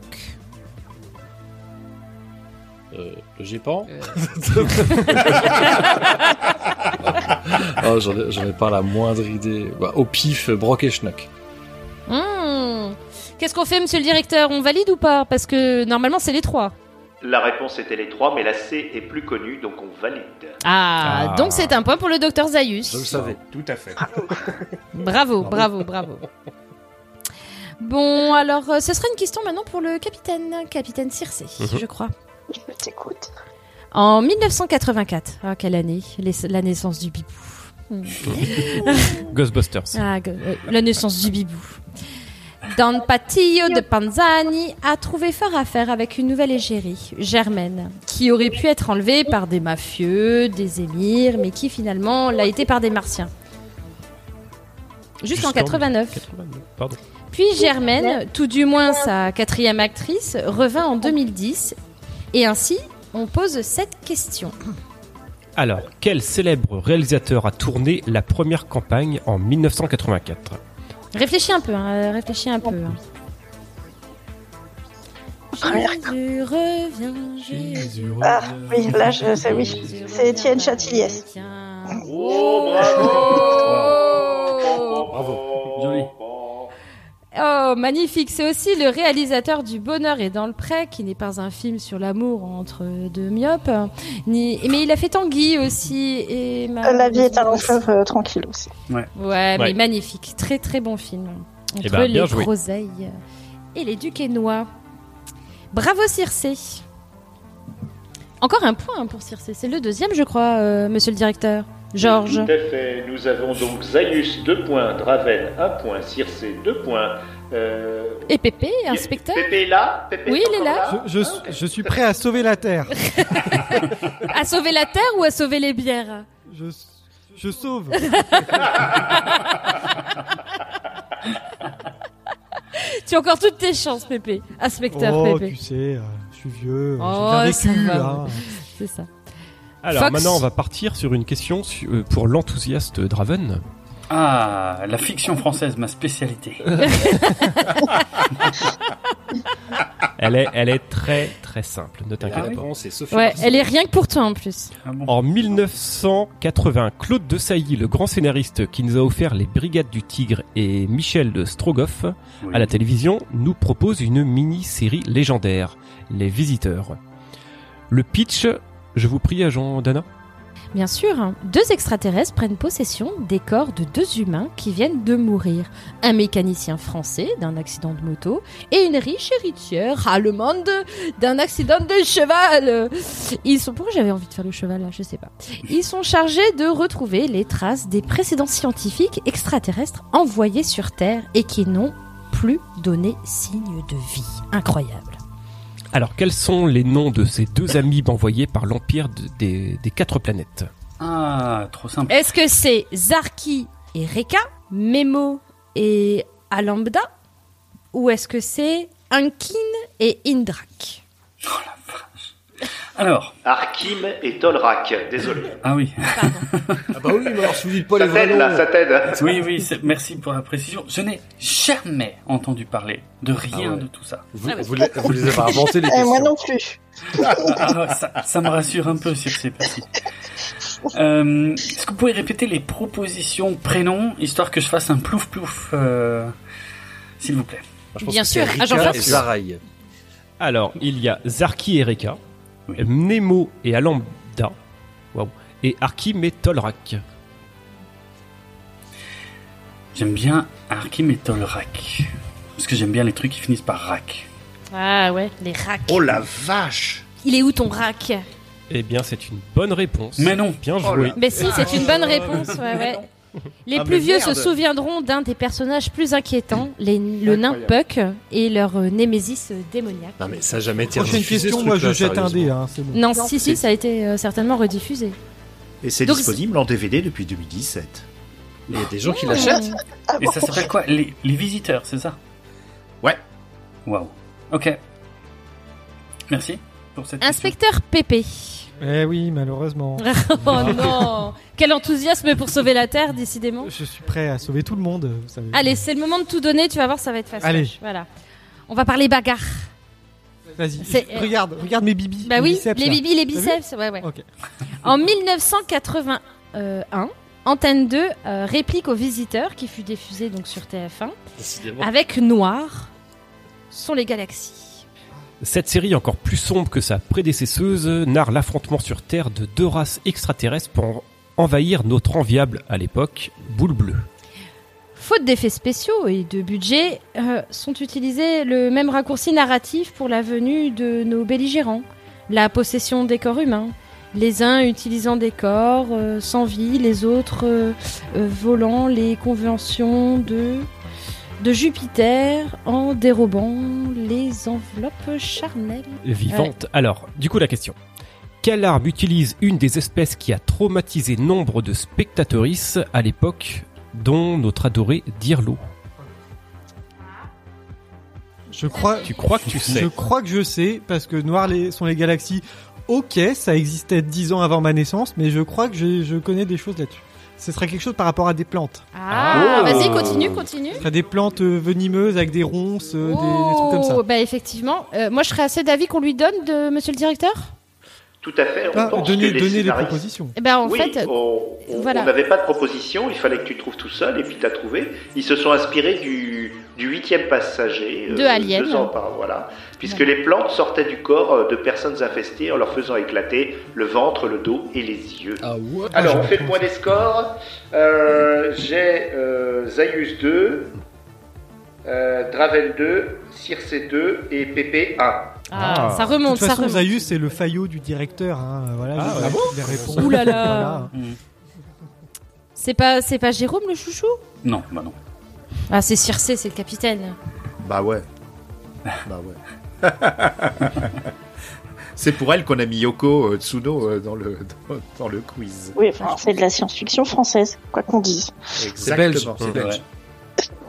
Speaker 8: Euh, le Gépan oh, J'en ai, j'en ai pas la moindre idée. Bah, au pif, Brock et Schnock.
Speaker 5: Hmm. Qu'est-ce qu'on fait, monsieur le directeur On valide ou pas Parce que normalement, c'est les trois.
Speaker 3: La réponse était les trois, mais la C est plus connue, donc on valide.
Speaker 5: Ah,
Speaker 3: Ah.
Speaker 5: donc c'est un point pour le docteur Zayus.
Speaker 4: Tout à
Speaker 5: Ah,
Speaker 4: fait.
Speaker 5: Bravo, bravo, bravo. Bon, alors, euh, ce serait une question maintenant pour le capitaine, capitaine Circé,
Speaker 7: Mhm.
Speaker 5: je crois.
Speaker 7: Je t'écoute.
Speaker 5: En 1984, ah, quelle année, les- la naissance du bibou. Hmm.
Speaker 6: Ghostbusters.
Speaker 5: Ah, go- euh, la naissance du bibou. Don Patillo de Panzani a trouvé fort à faire avec une nouvelle égérie, Germaine, qui aurait pu être enlevée par des mafieux, des émirs, mais qui finalement l'a été par des martiens. Juste en 89.
Speaker 6: 89, pardon.
Speaker 5: Puis Germaine, tout du moins sa quatrième actrice, revint en 2010. Et ainsi, on pose cette question.
Speaker 6: Alors, quel célèbre réalisateur a tourné la première campagne en 1984
Speaker 5: Réfléchis un peu, hein, réfléchis un peu. hein. Jésus revient, Jésus
Speaker 7: Ah, oui, là, je sais, oui. C'est Étienne Châtilliès.
Speaker 13: Oh,
Speaker 3: Oh,
Speaker 9: Bravo. Joli.
Speaker 5: Oh, magnifique. C'est aussi le réalisateur du Bonheur et dans le prêt, qui n'est pas un film sur l'amour entre deux myopes. Ni... Mais il a fait Tanguy aussi. Et ma-
Speaker 7: La vie est un long fleuve euh, tranquille aussi.
Speaker 9: Ouais.
Speaker 5: Ouais, mais
Speaker 7: Ouais.
Speaker 5: magnifique. Très, très bon film. Entre
Speaker 6: Eh ben, bien
Speaker 5: les
Speaker 6: joué.
Speaker 5: groseilles et les duquesnois. Bravo, Circé. Encore un point pour Circé. C'est le deuxième, je crois, euh, monsieur le directeur. Georges.
Speaker 3: Tout à fait. Nous avons donc Zayus 2 points, Draven 1 point, Circe 2 points. Euh...
Speaker 5: Et Pépé, inspecteur
Speaker 3: Pépé est là Pépé
Speaker 5: Oui, il est
Speaker 3: encore
Speaker 5: là.
Speaker 10: Je, je- je suis prêt à sauver la Terre.
Speaker 5: À sauver la terre ou à sauver les bières
Speaker 10: Je, je sauve.
Speaker 5: tu as encore toutes tes chances, Pépé. Inspecteur
Speaker 6: Oh,
Speaker 5: Pépé.
Speaker 6: tu sais, euh, je suis vieux,
Speaker 5: Oh,
Speaker 6: j'ai
Speaker 5: ça
Speaker 6: bien vécu.
Speaker 5: va.
Speaker 6: hein.
Speaker 5: C'est ça.
Speaker 9: Alors
Speaker 5: Fox.
Speaker 9: maintenant, on va partir sur une question su- euh, pour l'enthousiaste Draven.
Speaker 13: Ah, la fiction française, ma spécialité.
Speaker 3: Oh,
Speaker 9: Elle est, elle est très très simple, ne
Speaker 8: La
Speaker 9: t'inquiète pas.
Speaker 8: réponse est Ah Sophie
Speaker 5: Ouais,
Speaker 8: Marceau.
Speaker 5: elle est rien que pour toi en plus.
Speaker 13: Ah
Speaker 9: En 1980, Claude de Sailly, le grand scénariste qui nous a offert Les Brigades du Tigre et Michel de Strogoff
Speaker 13: Oui.
Speaker 9: à la télévision, nous propose une mini-série légendaire, Les Visiteurs. Le pitch, je vous prie, agent Dana.
Speaker 5: Bien sûr, hein. deux extraterrestres prennent possession des corps de deux humains qui viennent de mourir. Un mécanicien français d'un accident de moto et une riche héritière allemande d'un accident de cheval. Ils sont... Pourquoi j'avais envie de faire le cheval là Je sais pas. Ils sont chargés de retrouver les traces des précédents scientifiques extraterrestres envoyés sur Terre et qui n'ont plus donné signe de vie. Incroyable.
Speaker 9: Alors, quels sont les noms de ces deux amibes envoyés par l'Empire de- des, des quatre planètes
Speaker 13: Ah, trop simple.
Speaker 5: Est-ce que c'est Zarki et Reka, Memo et Alambda Ou est-ce que c'est Ankin et Indrak
Speaker 13: Alors.
Speaker 4: Arkim et Tolrak, désolé.
Speaker 13: Ah oui.
Speaker 8: Ah bah oui, mais alors si vous dites pas
Speaker 4: Ça
Speaker 8: les vrais
Speaker 4: t'aide, là,
Speaker 8: noms.
Speaker 4: ça t'aide.
Speaker 13: Oui, oui, c'est- merci pour la précision. Je n'ai jamais entendu parler de rien
Speaker 8: Ah ouais.
Speaker 13: de tout ça.
Speaker 8: Vous- Ah ouais. vous les- vous les avez inventés, les
Speaker 7: Eh, moi non plus.
Speaker 13: Ah, ça, ça me rassure un peu, Circe, merci. Euh, Est-ce que vous pouvez répéter les propositions prénoms, histoire que je fasse un plouf plouf, euh, s'il vous plaît
Speaker 9: Je pense Bien que c'est sûr, Rika agent Fox. et Zaraï. Alors, il y a Zarki et Reka, Nemo et Alambda, waouh, et Arkim et Tolrak.
Speaker 13: J'aime bien Arkim et Tolrak. Parce que j'aime bien les trucs qui finissent par rack.
Speaker 5: Ah ouais, les racks.
Speaker 13: Oh la
Speaker 9: vache
Speaker 5: Il est où ton rack
Speaker 9: Eh bien, c'est une bonne réponse.
Speaker 13: Mais non.
Speaker 9: Bien
Speaker 4: Oh
Speaker 9: joué.
Speaker 5: Mais si, c'est une bonne réponse. ouais, ouais. Les
Speaker 9: euh, Ah,
Speaker 5: plus
Speaker 9: mais
Speaker 5: vieux
Speaker 9: merde.
Speaker 5: se souviendront d'un des personnages plus inquiétants, les- le nain Puck et leur euh, némésis euh, démoniaque.
Speaker 8: Non mais ça a jamais été
Speaker 6: Prochaine
Speaker 8: refusé,
Speaker 6: question,
Speaker 8: ce
Speaker 6: moi je
Speaker 8: truc-là,
Speaker 6: jette un dé,
Speaker 8: sérieusement.
Speaker 6: hein, c'est bon.
Speaker 5: Non, si, si, ça a été euh, certainement rediffusé.
Speaker 14: Et c'est
Speaker 5: Donc,
Speaker 14: disponible en DVD depuis 2017.
Speaker 8: Il y a des gens qui
Speaker 5: l'achètent.
Speaker 13: Et ça s'appelle quoi les, les visiteurs, c'est ça
Speaker 14: Ouais.
Speaker 13: Waouh. Ok. Merci pour cette
Speaker 5: Inspecteur Pépé.
Speaker 6: Eh oui, malheureusement.
Speaker 5: oh non Quel enthousiasme pour sauver la Terre, décidément.
Speaker 6: Je suis prêt à sauver tout le monde, vous savez.
Speaker 5: Allez, c'est le moment de tout donner, tu vas voir, ça va être facile.
Speaker 6: Allez.
Speaker 5: Voilà. On va parler bagarre.
Speaker 6: Vas-y,
Speaker 5: C'est-
Speaker 6: regarde, regarde mes bibis.
Speaker 5: Bah
Speaker 6: mes
Speaker 5: oui,
Speaker 6: biceps,
Speaker 5: les
Speaker 6: là.
Speaker 5: bibis, les
Speaker 6: T'as vu
Speaker 5: biceps, ouais, ouais.
Speaker 6: Ok.
Speaker 5: En 1981, Antenne 2 euh, réplique aux visiteurs qui fut diffusée donc sur TF1
Speaker 7: Ah.
Speaker 9: Décidément.
Speaker 5: avec Noir sont les galaxies.
Speaker 9: Cette série, encore plus sombre que sa prédécesseuse, narre l'affrontement sur Terre de deux races extraterrestres pour en- envahir notre enviable, à l'époque, boule bleue.
Speaker 5: Faute d'effets spéciaux et de budget, euh, sont utilisés le même raccourci narratif pour la venue de nos belligérants, la possession des corps humains. Les uns utilisant des corps euh, sans vie, les autres euh, euh, volant les conventions de, de Jupiter en dérobant les enveloppes charnelles.
Speaker 9: Vivante. Alors, du coup, la question. Quelle arme utilise une des espèces qui a traumatisé nombre de spectatrices à l'époque, dont notre adoré Dirlo
Speaker 6: Je crois.
Speaker 9: Tu crois que tu sais
Speaker 6: Je crois que je sais parce que Noir les- sont les galaxies. Ok, ça existait 10 ans avant ma naissance, mais je crois que j'ai- je connais des choses là-dessus. Ce serait quelque chose par rapport à des plantes.
Speaker 5: Ah,
Speaker 6: Oh.
Speaker 5: vas-y, continue, continue.
Speaker 6: Ce serait des plantes euh, venimeuses avec des ronces, euh, des, des trucs comme ça.
Speaker 5: Oh, bah effectivement, Euh, moi je serais assez d'avis qu'on lui donne, de, monsieur le directeur
Speaker 4: Tout à fait. On
Speaker 6: Ah,
Speaker 4: pense
Speaker 6: donnez-
Speaker 4: que les
Speaker 6: donnez des
Speaker 4: scénaristes-
Speaker 6: propositions.
Speaker 5: Eh ben, en
Speaker 4: oui,
Speaker 5: fait,
Speaker 4: on on-
Speaker 5: voilà.
Speaker 4: on n'avait pas de proposition, il fallait que tu trouves tout seul, et puis tu as trouvé. Ils se sont inspirés du, du huitième passager. euh,
Speaker 5: De Alien.
Speaker 4: Deux ans par, voilà. Puisque les plantes sortaient du corps euh, de personnes infestées en leur faisant éclater le ventre, le dos et les yeux.
Speaker 8: Ah,
Speaker 5: Ah,
Speaker 4: Alors, on fait le point des scores. Euh, J'ai euh, Zaius 2, euh, Dravel 2, Circe 2 et PP 1.
Speaker 5: Ah, ça remonte,
Speaker 6: De toute
Speaker 5: ça
Speaker 6: façon,
Speaker 5: remonte.
Speaker 6: Zaius, c'est le faillot du directeur.
Speaker 10: euh,
Speaker 6: Hein. Voilà,
Speaker 9: Ah,
Speaker 6: je-
Speaker 9: ah bon
Speaker 6: les réponses.
Speaker 5: Ouh là là.
Speaker 6: Voilà.
Speaker 5: C'est pas, c'est pas Jérôme le
Speaker 13: question.
Speaker 5: chouchou
Speaker 13: Non, bah non.
Speaker 5: Ah, c'est Circé, c'est le capitaine.
Speaker 15: Bah ouais. Bah ouais. c'est pour elle qu'on a mis Yoko euh, Tsuno euh, dans, le, dans, dans le quiz.
Speaker 7: Oui, enfin, c'est de la science-fiction française, quoi qu'on dise.
Speaker 15: Exactement.
Speaker 8: belge, c'est belge.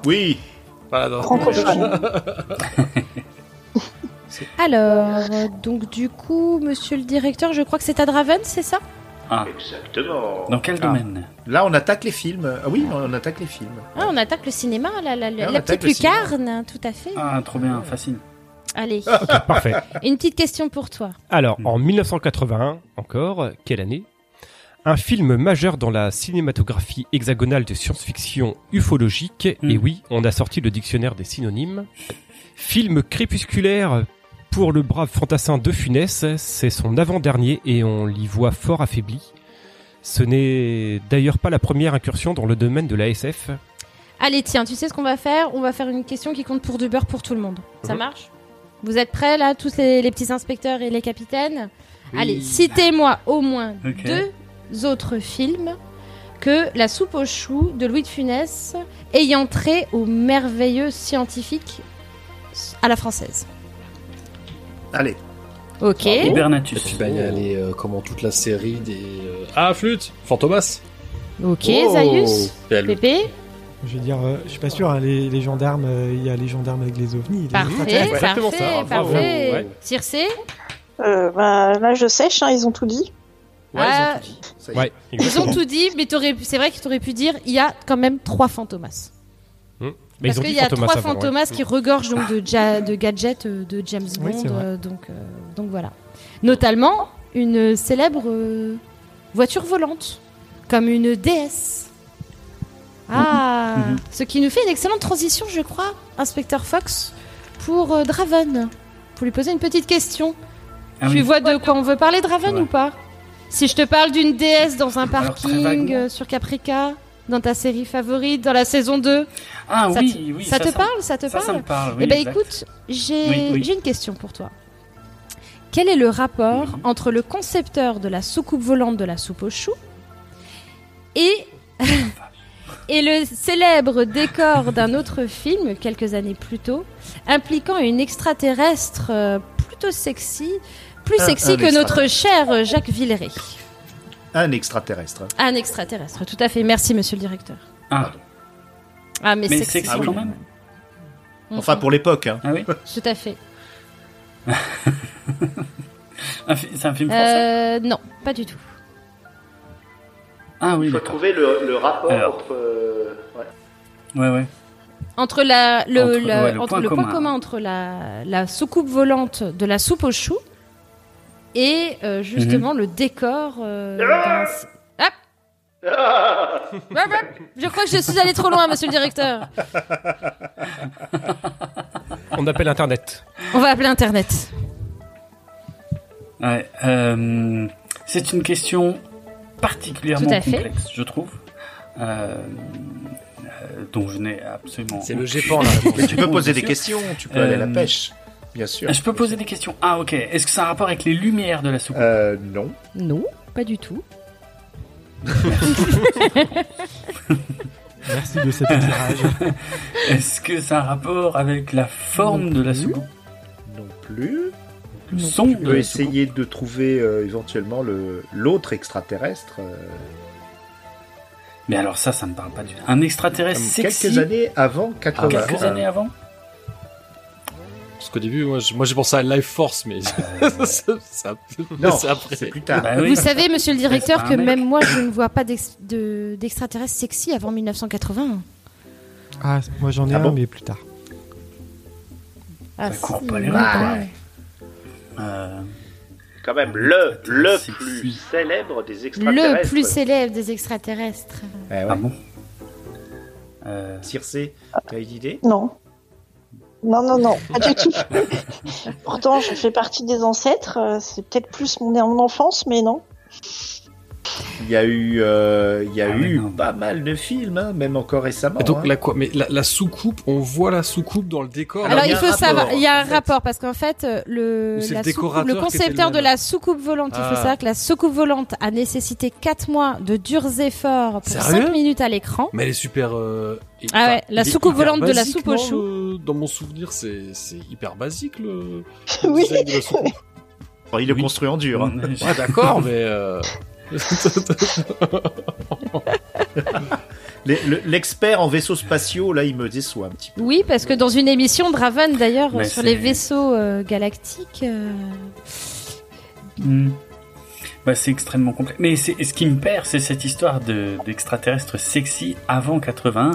Speaker 15: Oui,
Speaker 8: Voilà, dans-
Speaker 5: Francophone. Alors, euh, donc du coup, monsieur le directeur, je crois que c'est à Draven, c'est ça
Speaker 4: Exactement.
Speaker 9: Dans quel domaine
Speaker 4: Là, on attaque les films. Ah oui, on attaque les films.
Speaker 5: Ah, on attaque le cinéma, la, la-
Speaker 4: Ah,
Speaker 5: la-
Speaker 4: on
Speaker 5: la
Speaker 4: attaque
Speaker 5: petite
Speaker 4: le cinéma.
Speaker 5: lucarne, hein, tout à fait.
Speaker 9: Ah, trop bien, facile.
Speaker 5: Allez.
Speaker 6: Ah, Ok, parfait.
Speaker 5: Une petite question pour toi.
Speaker 6: Alors, en 1981, encore, quelle année Un film majeur dans la cinématographie hexagonale de science-fiction ufologique,
Speaker 4: Hmm.
Speaker 6: et oui, on a sorti le dictionnaire des synonymes. Film crépusculaire pour le brave fantassin de Funès, c'est son avant-dernier et on l'y voit fort affaibli. Ce n'est d'ailleurs pas la première incursion dans le domaine de la SF.
Speaker 5: Allez, tiens, tu sais ce qu'on va faire On va faire une question qui compte pour du beurre pour tout le monde. Ça
Speaker 6: Mhm.
Speaker 5: marche Vous êtes prêts là, tous les, les petits inspecteurs et les capitaines
Speaker 16: Oui.
Speaker 5: Allez, citez-moi au moins
Speaker 16: Ok.
Speaker 5: deux autres films que La soupe aux choux de Louis de Funès ayant trait au merveilleux scientifique à la française.
Speaker 4: Allez.
Speaker 5: Ok.
Speaker 8: Et puis, bah, il y a les, euh, comment, toute la série des. euh, Ah, flûte Fantomas
Speaker 5: Ok,
Speaker 8: Oh
Speaker 5: Zaius
Speaker 8: Et elle-
Speaker 5: Pépé
Speaker 10: Je veux dire, euh, je suis pas sûr, hein, les, les gendarmes, euh, il y a les gendarmes avec les ovnis. les
Speaker 5: Parfait,
Speaker 10: extraterrestres.
Speaker 5: parfait, parfait.
Speaker 10: Ouais.
Speaker 5: Circé
Speaker 7: Euh, bah, là, je sèche, hein, ils ont tout dit.
Speaker 5: Ah,
Speaker 7: est. Ouais,
Speaker 5: Euh, ils ont
Speaker 7: exactement.
Speaker 5: tout dit, mais t'aurais pu- c'est vrai que tu aurais pu dire il y a quand même trois fantomas.
Speaker 6: Mais
Speaker 5: Parce
Speaker 6: ils ont
Speaker 5: qu'il
Speaker 6: dit
Speaker 5: y a
Speaker 6: Fantomas
Speaker 5: trois
Speaker 6: avant, ouais.
Speaker 5: fantomas qui regorgent donc de, ja- de gadgets euh, de James Bond,
Speaker 6: Oui, c'est vrai.
Speaker 5: euh, donc, euh, donc voilà. Notamment une célèbre euh, voiture volante, comme une déesse. Ah,
Speaker 16: Mhm.
Speaker 5: ce qui nous fait une excellente transition, je crois, inspecteur Fox, pour euh, Draven, pour lui poser une petite question.
Speaker 16: Ah
Speaker 5: tu
Speaker 16: oui.
Speaker 5: vois de quoi on veut parler, Draven,
Speaker 16: Ouais.
Speaker 5: ou pas Si je te parle d'une déesse dans un parking,
Speaker 16: vaguement.
Speaker 5: euh, sur Caprica, dans ta série favorite, dans la saison 2,
Speaker 9: Ah
Speaker 5: ça
Speaker 9: oui,
Speaker 5: te,
Speaker 9: oui,
Speaker 5: ça
Speaker 9: ça,
Speaker 5: te
Speaker 9: ça me-
Speaker 5: parle, ça te
Speaker 9: ça,
Speaker 5: parle.
Speaker 9: ça me parle, oui,
Speaker 5: eh ben
Speaker 9: exact.
Speaker 5: écoute, j'ai
Speaker 9: Oui, oui.
Speaker 5: j'ai une question pour toi. Quel est le rapport entre le concepteur de la soucoupe volante de la soupe aux choux et et le célèbre décor d'un autre film quelques années plus tôt, impliquant une extraterrestre euh, plutôt sexy, plus
Speaker 4: Un-
Speaker 5: sexy
Speaker 4: un
Speaker 5: que notre
Speaker 4: extraterrestre.
Speaker 5: cher euh, Jacques Villeray.
Speaker 4: Un extraterrestre.
Speaker 5: Un extraterrestre, tout à fait. Merci, monsieur le directeur.
Speaker 9: Ah,
Speaker 5: Ah, mais,
Speaker 4: Mais
Speaker 5: sexy,
Speaker 4: sexy Ah oui.
Speaker 5: quand
Speaker 4: quand
Speaker 5: même. Ah
Speaker 4: même. Enfin, pour l'époque. Hein.
Speaker 5: Tout à fait.
Speaker 9: Un fi- c'est un film français
Speaker 5: Euh, non, pas du tout.
Speaker 9: Ah oui,
Speaker 3: Faut
Speaker 9: d'accord.
Speaker 3: trouver le, le rapport
Speaker 9: Alors.
Speaker 3: entre. euh, ouais.
Speaker 9: Ouais, ouais.
Speaker 5: Entre, la, le,
Speaker 9: Entre-
Speaker 5: la-
Speaker 9: ouais, le
Speaker 5: entre
Speaker 9: point
Speaker 5: le point
Speaker 9: commun.
Speaker 5: commun entre la, la soucoupe volante de la soupe aux choux et euh,
Speaker 9: Mhm.
Speaker 5: justement le décor. euh, d'un- Hop Hop, hop Je crois que je suis allé trop loin, monsieur le directeur.
Speaker 6: On appelle Internet.
Speaker 5: On va appeler Internet.
Speaker 9: Ouais, euh, c'est une question particulièrement
Speaker 5: Tout à fait.
Speaker 9: complexe, je trouve. Euh, euh, dont je n'ai absolument.
Speaker 4: C'est le
Speaker 9: aucune
Speaker 4: GEPAN, là, la réponse. Mais tu peux
Speaker 9: idée,
Speaker 4: poser
Speaker 9: bien
Speaker 4: des
Speaker 9: sûr.
Speaker 4: questions, tu peux aller à la pêche, bien sûr.
Speaker 9: Euh, Je peux poser des questions. Ah, ok. Est-ce que ça a un rapport avec les lumières de la soucoupe
Speaker 4: Euh, non.
Speaker 5: Non, pas du tout.
Speaker 10: Merci de cet éclairage.
Speaker 9: Est-ce que ça a un rapport avec la forme de la soucoupe
Speaker 4: Non plus.
Speaker 9: Le son
Speaker 4: Tu
Speaker 9: de
Speaker 4: peux
Speaker 9: la
Speaker 4: essayer de trouver euh, éventuellement le- l'autre extraterrestre. euh,
Speaker 9: Mais alors ça, ça me parle pas du tout. Un extraterrestre
Speaker 4: Quelques
Speaker 9: sexy Ah,
Speaker 4: années avant 80.
Speaker 9: Quelques années avant
Speaker 8: Parce qu'au début, moi, j'ai- moi, j'ai pensé à Life Force, mais.
Speaker 9: Euh,
Speaker 8: ça- ça-
Speaker 4: Non,
Speaker 8: après.
Speaker 4: c'est plus tard.
Speaker 9: Ah
Speaker 8: Bah oui.
Speaker 5: Vous savez, monsieur le directeur,
Speaker 8: un
Speaker 5: que
Speaker 8: mec.
Speaker 5: même moi, je ne vois pas d'ex- de- d'extraterrestres sexy avant 1980.
Speaker 10: Ah, moi j'en ai
Speaker 4: Ah
Speaker 10: un,
Speaker 4: bon
Speaker 10: mais plus tard.
Speaker 5: Ah,
Speaker 9: Ça court
Speaker 5: si,
Speaker 9: pas les
Speaker 5: non,
Speaker 9: rues,
Speaker 5: pas
Speaker 9: quoi.
Speaker 5: mal.
Speaker 4: Quand même, le, le plus célèbre des extraterrestres.
Speaker 5: Le plus célèbre des extraterrestres.
Speaker 4: Ah
Speaker 9: bon
Speaker 4: Circé, Euh, t'as une idée
Speaker 9: Ah.
Speaker 7: Non. Non, non, non, pas du tout. Pourtant, je fais partie des ancêtres. euh, C'est peut-être plus mon, mon enfance, mais non.
Speaker 4: Il y a eu, euh, il y a
Speaker 9: Ah,
Speaker 4: eu pas mal de films, hein, même encore récemment.
Speaker 8: Et donc,
Speaker 4: hein.
Speaker 8: la, quoi, mais la, la soucoupe, on voit la soucoupe dans le décor.
Speaker 5: Alors, il
Speaker 8: y a
Speaker 5: faut
Speaker 8: un
Speaker 5: savoir,
Speaker 8: rapport.
Speaker 5: il y a un rapport parce qu'en fait, euh, le,
Speaker 8: Ou c'est
Speaker 5: la soucoupe-
Speaker 8: le décorateur
Speaker 5: le
Speaker 8: qui était
Speaker 5: concepteur
Speaker 8: le
Speaker 5: de
Speaker 8: même.
Speaker 5: la soucoupe volante, il faut
Speaker 8: Ah.
Speaker 5: savoir que la soucoupe volante a nécessité 4 mois de durs efforts pour
Speaker 8: Sérieux
Speaker 5: 5 minutes à l'écran.
Speaker 8: Mais elle est super. euh, et-
Speaker 5: Ah ouais, la
Speaker 8: il est
Speaker 5: soucoupe
Speaker 8: hyper
Speaker 5: volante de la
Speaker 8: basique,
Speaker 5: soupe aux
Speaker 8: non,
Speaker 5: choux.
Speaker 8: le- Dans mon souvenir, c'est c'est hyper basique le. le design de la soucoupe.
Speaker 4: Bon, il le construit en dur. hein.
Speaker 8: Ouais, d'accord, mais. euh,
Speaker 4: Les- le- L'expert en vaisseaux spatiaux, là, il me déçoit un petit peu.
Speaker 5: Oui, parce que dans une émission de Raven, d'ailleurs,
Speaker 4: Mais
Speaker 5: sur
Speaker 4: c'est-
Speaker 5: les vaisseaux euh, galactiques. euh,
Speaker 9: Hmm. Bah, c'est extrêmement complexe. Mais c'est- ce qui me perd, c'est cette histoire de- d'extraterrestre sexy avant 81.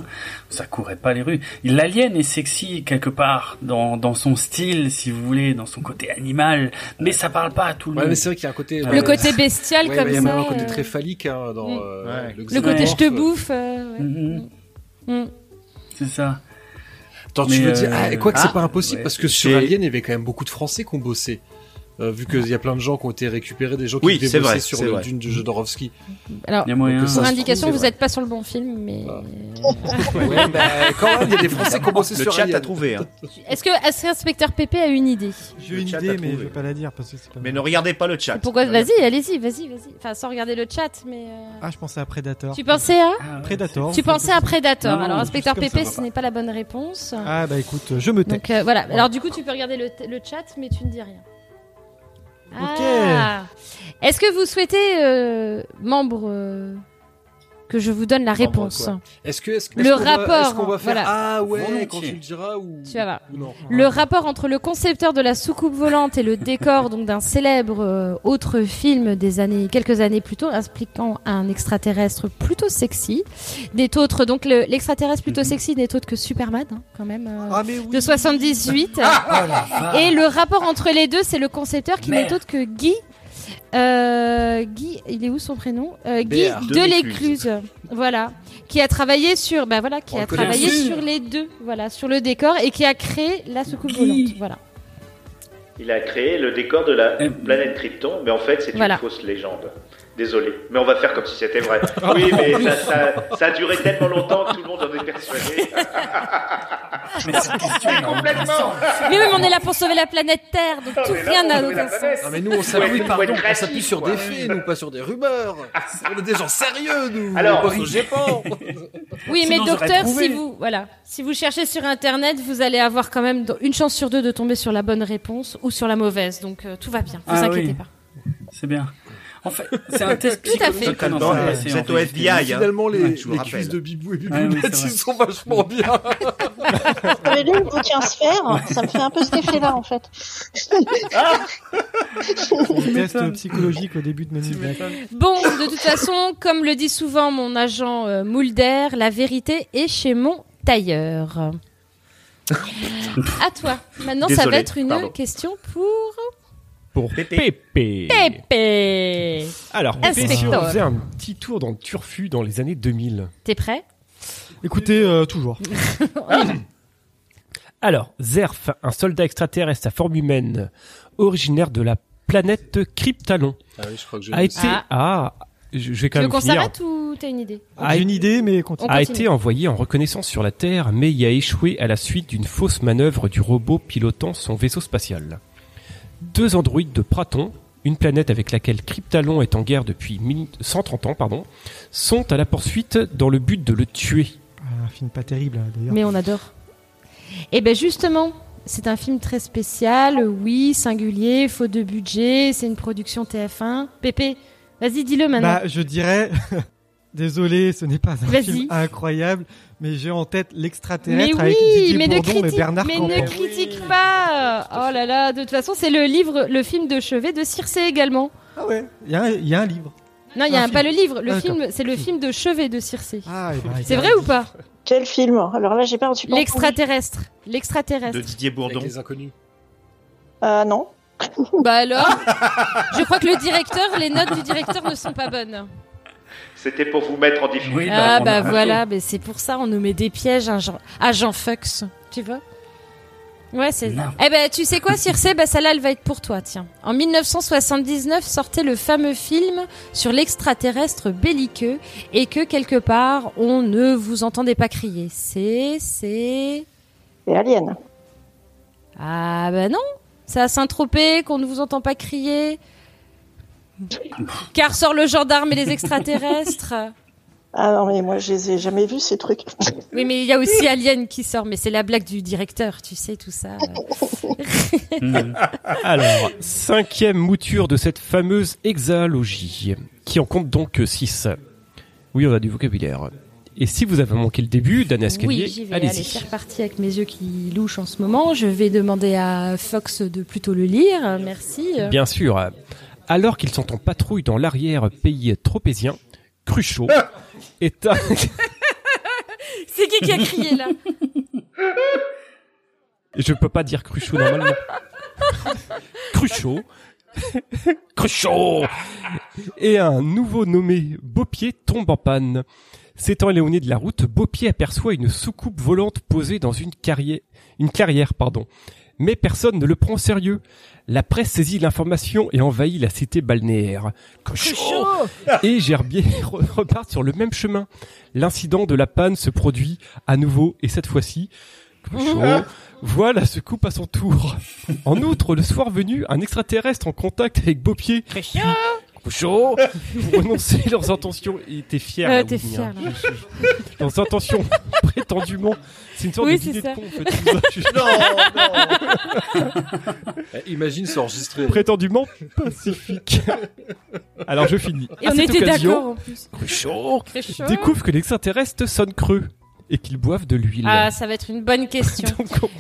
Speaker 9: Ça courait pas les rues. L'alien est sexy quelque part dans, dans son style, si vous voulez, dans son côté animal. Mais ça parle pas à tout le
Speaker 8: Ouais,
Speaker 9: monde.
Speaker 8: mais c'est vrai qu'il y a un côté. euh,
Speaker 5: Le côté bestial
Speaker 8: Ouais,
Speaker 5: comme
Speaker 8: mais Il y a
Speaker 5: ça,
Speaker 8: même un côté
Speaker 5: euh,
Speaker 8: très phallique hein, dans
Speaker 5: Mm.
Speaker 8: euh,
Speaker 5: Le
Speaker 8: xénomorphe.
Speaker 5: côté je te bouffe. euh, ouais. Mm.
Speaker 9: Hmm, C'est ça.
Speaker 8: Attends, tu
Speaker 9: Mais,
Speaker 8: veux dire.
Speaker 9: euh,
Speaker 8: Ah, et quoi que c'est
Speaker 9: ah,
Speaker 8: pas impossible,
Speaker 9: ouais.
Speaker 8: parce que sur Alien, il y avait quand même beaucoup de Français qui ont bossé. Euh, vu qu'il y a plein de gens qui ont été récupérés, des gens qui
Speaker 4: Oui,
Speaker 8: devaient
Speaker 4: c'est
Speaker 8: bosser
Speaker 4: vrai,
Speaker 8: sur
Speaker 4: c'est
Speaker 8: le
Speaker 4: vrai.
Speaker 8: dune de Jodorowsky.
Speaker 5: Alors,
Speaker 9: Il y a moyen.
Speaker 8: Donc, ça
Speaker 5: pour
Speaker 8: se
Speaker 5: indication,
Speaker 8: trouve,
Speaker 5: vous
Speaker 8: c'est Ah.
Speaker 5: n'êtes pas sur le bon film, mais.
Speaker 8: Ouais, bah, quand même, il y a des Français qui ont bossé
Speaker 4: Le
Speaker 8: sur
Speaker 4: chat
Speaker 8: Alien.
Speaker 4: a trouvé. hein.
Speaker 5: Est-ce que est-ce que l'inspecteur Pépé a une idée
Speaker 10: J'ai une
Speaker 4: Le chat
Speaker 10: idée,
Speaker 4: a
Speaker 10: mais je
Speaker 4: trouvé.
Speaker 10: vais pas la dire parce que c'est pas.
Speaker 4: Mais ne regardez pas le chat.
Speaker 5: Pourquoi
Speaker 4: Ne
Speaker 5: Vas-y, allez-y, vas-y, vas-y. Enfin, sans regarder le chat, mais. euh,
Speaker 10: Ah, je pensais à Predator.
Speaker 5: Tu pensais à
Speaker 10: Predator.
Speaker 5: Tu pensais à Predator.
Speaker 10: Non, non,
Speaker 5: Alors,
Speaker 10: juste
Speaker 5: inspecteur
Speaker 10: comme ça,
Speaker 5: Pépé,
Speaker 10: on va
Speaker 5: ce n'est pas la bonne réponse.
Speaker 10: Ah bah écoute, je me tais.
Speaker 5: Donc euh, voilà. Alors du coup, tu peux regarder le, le chat, mais tu ne dis rien. Ah. Est-ce que vous souhaitez, euh, membre, euh, que je vous donne la réponse
Speaker 8: Est-ce que, est-ce que-
Speaker 5: Le
Speaker 8: est-ce qu'on va-
Speaker 5: rapport,
Speaker 8: est-ce qu'on va faire
Speaker 5: voilà.
Speaker 8: Ah ouais,
Speaker 5: Volontiers.
Speaker 8: quand tu le diras ou.
Speaker 5: Tu vas voir.
Speaker 8: ou non. Ah.
Speaker 5: Le rapport entre le concepteur de la soucoupe volante et le décor donc d'un célèbre euh, autre film des années quelques années plus tôt impliquant un extraterrestre plutôt sexy n'est autre donc le- l'extraterrestre plutôt sexy n'est autre que Superman hein, quand même euh,
Speaker 10: Ah,
Speaker 5: de 78
Speaker 9: Ah,
Speaker 5: et le rapport entre les deux c'est le concepteur qui n'est
Speaker 9: oh Merde.
Speaker 5: autre que Guy euh, Guy, il est où son prénom Euh, Guy
Speaker 9: Béard.
Speaker 5: de
Speaker 9: De
Speaker 5: l'écluse, voilà, qui a travaillé sur, bah voilà, qui
Speaker 9: On
Speaker 5: a
Speaker 9: le connaît
Speaker 5: travaillé
Speaker 9: aussi.
Speaker 5: sur les deux, voilà, sur le décor et qui a créé la soucoupe volante, voilà.
Speaker 3: Il a créé le décor de la planète Krypton, mais en fait, c'est
Speaker 5: Voilà.
Speaker 3: une fausse légende. Désolé, mais on va faire comme si c'était vrai. Oui, mais ça, ça- ça a duré tellement longtemps que tout le monde en est persuadé.
Speaker 5: Mais
Speaker 3: complètement.
Speaker 5: oui, mais on est là pour sauver la planète Terre,
Speaker 9: Ah,
Speaker 5: donc tout rien n'a aucun sens.
Speaker 8: Non, mais nous, on s'appuie, pardon, on s'appuie sur des faits, nous, pas sur des rumeurs. on est des gens sérieux, nous.
Speaker 3: Alors,
Speaker 8: on corrige pas.
Speaker 5: Oui, mais
Speaker 8: Sinon, j'aurais
Speaker 5: docteur,
Speaker 8: trouvé.
Speaker 5: si vous, voilà, si vous cherchez sur internet, vous allez avoir quand même une chance sur deux de tomber sur la bonne réponse ou sur la mauvaise, donc euh, tout va bien, vous
Speaker 9: Ah
Speaker 5: inquiétez
Speaker 9: oui.
Speaker 5: pas.
Speaker 9: C'est bien. En fait, c'est un test
Speaker 5: Tout à
Speaker 9: psychologique.
Speaker 5: fait.
Speaker 9: qu'on en
Speaker 4: Totalement,
Speaker 9: fait
Speaker 4: ouais.
Speaker 9: passer,
Speaker 4: Vous
Speaker 9: en
Speaker 4: êtes au
Speaker 9: fait.
Speaker 4: FBI, hein.
Speaker 8: Finalement, les,
Speaker 4: Ouais, je vous
Speaker 8: les
Speaker 4: rappelle.
Speaker 8: cuisses de Bibou
Speaker 9: Ah
Speaker 8: et
Speaker 9: oui,
Speaker 8: Bibounette,
Speaker 9: c'est Mm.
Speaker 8: ils sont vachement bien.
Speaker 7: Vous avez lu le bouquin Sphère Ça me fait un peu cet effet-là, en fait.
Speaker 10: Un test psychologique au début de Manu Black.
Speaker 5: Bon, de toute façon, comme le dit souvent mon agent euh, Mulder, la vérité est chez mon tailleur. à toi. Maintenant, ça va
Speaker 6: Désolé,
Speaker 5: être une
Speaker 6: pardon.
Speaker 5: question pour
Speaker 6: Pour Pépé.
Speaker 5: Pépé.
Speaker 6: Alors, Pépé, si on
Speaker 5: Inspecteur.
Speaker 6: faisait un petit tour dans le turfu dans les années 2000.
Speaker 5: T'es prêt
Speaker 10: Écoutez, euh, toujours.
Speaker 6: Alors, Zerf, un soldat extraterrestre à forme humaine, originaire de la planète Kryptalon,
Speaker 8: Ah oui, je crois que je
Speaker 6: a
Speaker 8: l'ai
Speaker 6: été...
Speaker 5: aussi.
Speaker 6: Ah, je je vais quand
Speaker 5: Tu veux
Speaker 6: même
Speaker 5: qu'on
Speaker 6: finir.
Speaker 5: s'arrête ou t'as une idée
Speaker 6: A
Speaker 10: J'ai une idée, mais continue.
Speaker 5: On
Speaker 6: a
Speaker 5: continue.
Speaker 6: été envoyé en reconnaissance sur la Terre, mais y a échoué à la suite d'une fausse manœuvre du robot pilotant son vaisseau spatial. Deux androïdes de Praton, une planète avec laquelle Kryptalon est en guerre depuis 1000 130 ans, pardon, sont à la poursuite dans le but de le tuer.
Speaker 10: Ah, Un film pas terrible, d'ailleurs.
Speaker 5: Mais on adore. Et ben justement, c'est un film très spécial, oui, singulier, faux de budget, c'est une production TF1. Pépé, vas-y, dis-le maintenant.
Speaker 10: Bah, je dirais. Désolé, ce n'est pas un
Speaker 5: Vas-y.
Speaker 10: film incroyable, mais j'ai en tête
Speaker 5: mais
Speaker 10: l'extraterrestre
Speaker 5: oui,
Speaker 10: avec Didier
Speaker 5: mais ne
Speaker 10: Bourdon
Speaker 5: critique,
Speaker 10: et Bernard
Speaker 5: mais
Speaker 10: Campan.
Speaker 5: ne critique pas. Oh là là, de toute façon, c'est le livre, le film de chevet de Circé également.
Speaker 10: Ah ouais, il y, a un- il y a un livre.
Speaker 5: Non, il y a
Speaker 10: Un
Speaker 5: un-
Speaker 10: film.
Speaker 5: pas le livre,
Speaker 10: Ah,
Speaker 5: le
Speaker 10: d'accord.
Speaker 5: film, c'est le film de chevet de Circé.
Speaker 10: Ah, et ben, il y
Speaker 5: c'est
Speaker 10: a-
Speaker 5: vrai ou pas
Speaker 7: Quel film Alors là, j'ai pas un super.
Speaker 5: L'extraterrestre, l'extraterrestre.
Speaker 4: De Didier Bourdon.
Speaker 8: Avec les inconnus.
Speaker 7: Euh, non.
Speaker 5: Bah alors, je crois que le directeur, les notes du directeur ne sont pas bonnes.
Speaker 3: C'était pour vous mettre en difficulté.
Speaker 5: ah bah voilà, mais c'est pour ça on nous met des pièges à Jean, à Jean Fux, tu vois Ouais, c'est
Speaker 9: Non.
Speaker 5: Eh ben tu sais quoi Circe, bah celle-là elle va être pour toi, tiens. En 1979 sortait le fameux film sur l'extraterrestre belliqueux et que quelque part on ne vous entendait pas crier. C'est c'est
Speaker 7: C'est Alien.
Speaker 5: Ah bah non, c'est à Saint-Tropez qu'on ne vous entend pas crier. Car sort le gendarme et les extraterrestres.
Speaker 7: Ah non, mais moi, je les ai jamais vus, ces trucs.
Speaker 5: Oui, mais il y a aussi Alien qui sort, mais c'est la blague du directeur, tu sais, tout ça.
Speaker 6: Alors, cinquième mouture de cette fameuse hexalogie, qui en compte donc 6. Oui, on a du vocabulaire. Et si vous avez manqué le début d'un escalier,
Speaker 5: Euh, Oui, j'y vais. Allez,
Speaker 6: allez-y.
Speaker 5: c'est reparti avec mes yeux qui louchent en ce moment. Je vais demander à Fox de plutôt le lire. Merci. Euh,
Speaker 6: Bien sûr. Alors qu'ils sont en patrouille dans l'arrière-pays tropézien, Cruchot est à...
Speaker 5: C'est qui qui a crié là
Speaker 6: Je peux pas dire Cruchot normalement. Cruchot. Cruchot Et un nouveau nommé Beaupied tombe en panne. S'étant éloigné de la route, Beaupied aperçoit une soucoupe volante posée dans une carrière, une carrière, pardon. Mais personne ne le prend au sérieux. La presse saisit l'information et envahit la cité balnéaire. Cruchot Et Gerbier re- repart sur le même chemin. L'incident de la panne se produit à nouveau et cette fois-ci, Cruchot voit la soucoupe à son tour. En outre, le soir venu, un extraterrestre en contact avec Beaupied. Cruchot Cruchot pour énoncer leurs intentions. Il était fier.
Speaker 5: Euh,
Speaker 6: là,
Speaker 5: t'es
Speaker 6: Houdini,
Speaker 5: fier,
Speaker 6: hein.
Speaker 5: là.
Speaker 6: Leurs intentions, prétendument. C'est une sorte
Speaker 5: Oui,
Speaker 6: de
Speaker 5: c'est
Speaker 6: dîner de
Speaker 5: ça.
Speaker 6: con, en fait. Ils ont-
Speaker 8: Eh, Imagine s'enregistrer.
Speaker 6: Prétendument pacifique. Alors je finis.
Speaker 8: Et
Speaker 6: À
Speaker 8: on
Speaker 6: cette
Speaker 8: était
Speaker 6: occasion,
Speaker 8: d'accord, en
Speaker 5: plus.
Speaker 6: Cruchot
Speaker 5: Cruchot.
Speaker 6: découvre que l'extraterrestre sonne creux et qu'ils boivent de l'huile.
Speaker 5: Ah, ça va être une bonne question.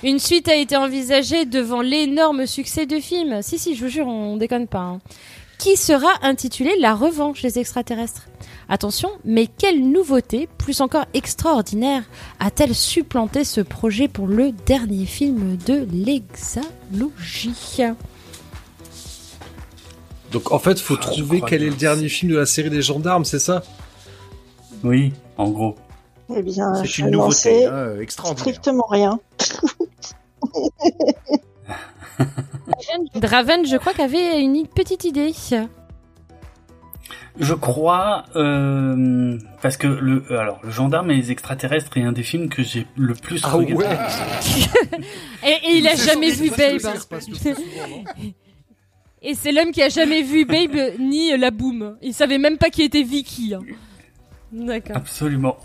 Speaker 5: une suite a été envisagée devant l'énorme succès du film. Si, si, je vous jure, on déconne pas. hein. Qui sera intitulée La revanche des extraterrestres Attention, mais quelle nouveauté, plus encore extraordinaire, a-t-elle supplanté ce projet pour le dernier film de l'Hexalogie
Speaker 8: Donc en fait, faut trouver
Speaker 9: crois
Speaker 8: quel
Speaker 9: que-
Speaker 8: est le dernier film de la série des gendarmes, c'est ça
Speaker 9: Oui, en gros.
Speaker 7: Eh bien,
Speaker 8: C'est
Speaker 7: je
Speaker 8: une
Speaker 7: n'en
Speaker 8: nouveauté,
Speaker 7: sais
Speaker 8: hein, extraordinaire.
Speaker 7: strictement rien.
Speaker 5: Draven, je crois, qu'avait une petite idée.
Speaker 9: Je crois euh, parce que le alors le gendarme et les extraterrestres est un des films que j'ai le plus
Speaker 5: Ah
Speaker 9: regardé.
Speaker 5: ouais. Et, et il a
Speaker 11: C'est
Speaker 5: jamais
Speaker 11: son-
Speaker 5: vu
Speaker 11: parce que
Speaker 5: Babe.
Speaker 11: ça se passe tout hein.
Speaker 5: Et c'est l'homme qui a jamais vu Babe ni la Boom. Il savait même pas qui était Vicky. hein.
Speaker 11: Ah,
Speaker 5: D'accord.
Speaker 9: Absolument.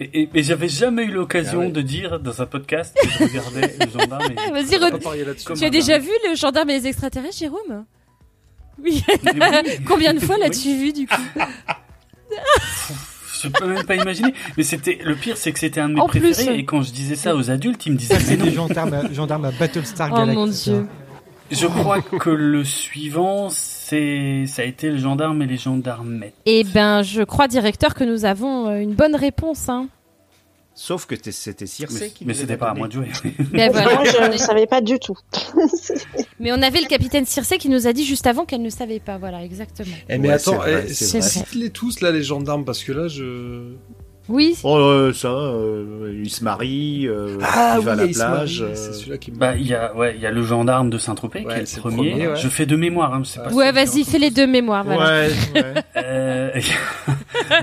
Speaker 9: Et, et- et j'avais jamais eu l'occasion de dire dans un podcast que je regardais le gendarme.
Speaker 5: Ah,
Speaker 9: et-
Speaker 5: Vas-y,
Speaker 9: On va
Speaker 5: Rod-
Speaker 9: pas parier là-dessus.
Speaker 5: tu as déjà vu le gendarme et les extraterrestres, Jérôme Oui.
Speaker 9: oui.
Speaker 5: Combien de fois l'as-tu vu du coup
Speaker 9: Je peux même pas imaginer. Mais c'était le pire, c'est que c'était un de mes
Speaker 5: En plus,
Speaker 9: préférés.
Speaker 5: euh,
Speaker 9: et quand je disais ça aux adultes, ils me disaient
Speaker 10: C'est
Speaker 9: mais non.
Speaker 10: des gendarmes à, gendarmes à Battlestar
Speaker 5: Oh
Speaker 10: Galactica.
Speaker 5: mon dieu.
Speaker 9: Je crois que le suivant, c'est ça a été le gendarme et les gendarmettes.
Speaker 5: Eh ben, je crois, directeur, que nous avons euh, une bonne réponse. Hein.
Speaker 4: Sauf que t'es- c'était Circe
Speaker 9: Mais-
Speaker 4: qui
Speaker 9: mais
Speaker 4: nous
Speaker 9: c'était
Speaker 4: avait
Speaker 9: pas à
Speaker 4: donné.
Speaker 9: moi de jouer.
Speaker 5: Ben voilà.
Speaker 7: Moi, je ne savais pas du tout.
Speaker 5: Mais on avait le capitaine Circe qui nous a dit juste avant qu'elle ne savait pas. Voilà, exactement.
Speaker 8: Eh, mais
Speaker 4: Ouais,
Speaker 8: attends,
Speaker 4: c'est vrai,
Speaker 8: eh,
Speaker 4: c'est vrai.
Speaker 8: cite-les tous là, les gendarmes, parce que là, je.
Speaker 5: Oui.
Speaker 4: Oh, euh, ça, euh, il se marie, euh,
Speaker 8: Ah
Speaker 4: il va à la plage. euh,
Speaker 8: c'est celui-là qui me.
Speaker 9: Bah, il y a, ouais, il y a le gendarme de Saint-Tropez qui
Speaker 8: Ouais,
Speaker 9: est
Speaker 8: c'est
Speaker 9: le
Speaker 8: le
Speaker 9: premier.
Speaker 8: premier, ouais.
Speaker 9: Je fais de mémoire, hein, c'est pas
Speaker 5: Ouais, vas-y, fais les deux mémoires. Voilà.
Speaker 9: Euh, bon,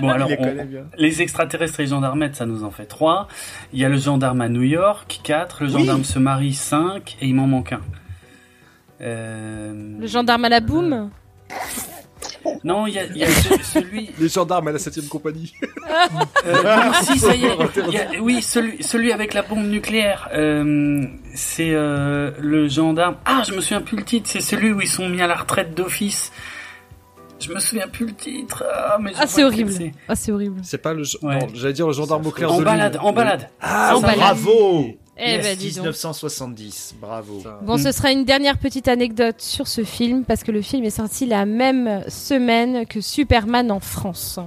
Speaker 5: Il
Speaker 9: alors,
Speaker 5: les
Speaker 9: on-
Speaker 5: connaît bien.
Speaker 9: les extraterrestres et les gendarmettes, ça nous en fait 3. Il y a le gendarme à New York, 4. Le
Speaker 5: Oui.
Speaker 9: gendarme se marie, 5. Et il m'en manque un. Euh,
Speaker 5: Le gendarme à la boum.
Speaker 9: Non, il y a, il y a ce- celui.
Speaker 8: Les gendarmes à la 7ème compagnie.
Speaker 9: Euh, oui, si, ça y est. Il y a- oui, celui, celui avec la bombe nucléaire. euh, c'est euh, le gendarme. Ah, je me souviens plus le titre. C'est celui où ils sont mis à la retraite d'office. Je me souviens plus le titre. Ah, mais je
Speaker 5: Ah, c'est
Speaker 9: vois lequel
Speaker 5: horrible. Ah, c'est horrible.
Speaker 8: C'est pas le. ge- non, J'allais dire le gendarme au clair
Speaker 9: En
Speaker 8: de lune.
Speaker 9: balade, en balade.
Speaker 8: Ah,
Speaker 5: En balade.
Speaker 4: Bravo
Speaker 5: Eh
Speaker 4: Yes,
Speaker 5: ben, dis donc.
Speaker 4: 1970, bravo.
Speaker 5: Bon, ce sera une dernière petite anecdote sur ce film, parce que le film est sorti la même semaine que Superman en France.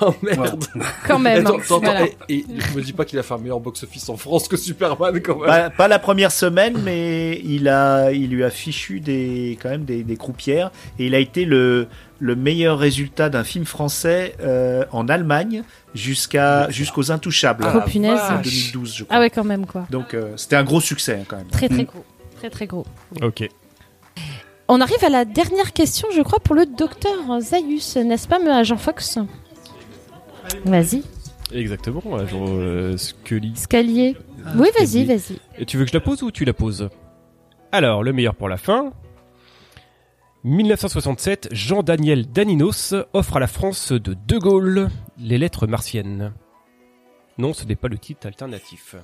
Speaker 8: Oh merde.
Speaker 5: Quand même,
Speaker 8: Attends,
Speaker 5: hein,
Speaker 8: attends,
Speaker 5: voilà.
Speaker 8: et, et je me dis pas qu'il a fait un meilleur box-office en France que Superman quand même.
Speaker 4: Pas, pas la première semaine, mais il a, il lui a fichu des, quand même des, des croupières et il a été le, le meilleur résultat d'un film français euh, en Allemagne jusqu'à jusqu'aux Intouchables.
Speaker 5: Oh, Ah, punaise.
Speaker 4: En
Speaker 5: vache.
Speaker 4: 2012, je crois.
Speaker 5: Ah ouais, quand même, quoi.
Speaker 4: Donc euh, c'était un gros succès hein, quand même.
Speaker 8: Mm.
Speaker 5: Très, très gros. Très, très gros.
Speaker 6: Ok.
Speaker 5: On arrive à la dernière question, je crois, pour le docteur Zayus, n'est-ce pas, ma Jean Fox Vas-y.
Speaker 6: Exactement, euh, genre euh, Scully.
Speaker 5: Scalier. Oui, vas-y, vas-y.
Speaker 6: Et tu veux que je la pose ou tu la poses Alors, le meilleur pour la fin. 1967, Jean-Daniel Daninos offre à la France de De Gaulle les lettres martiennes. Non, ce n'est pas le titre alternatif.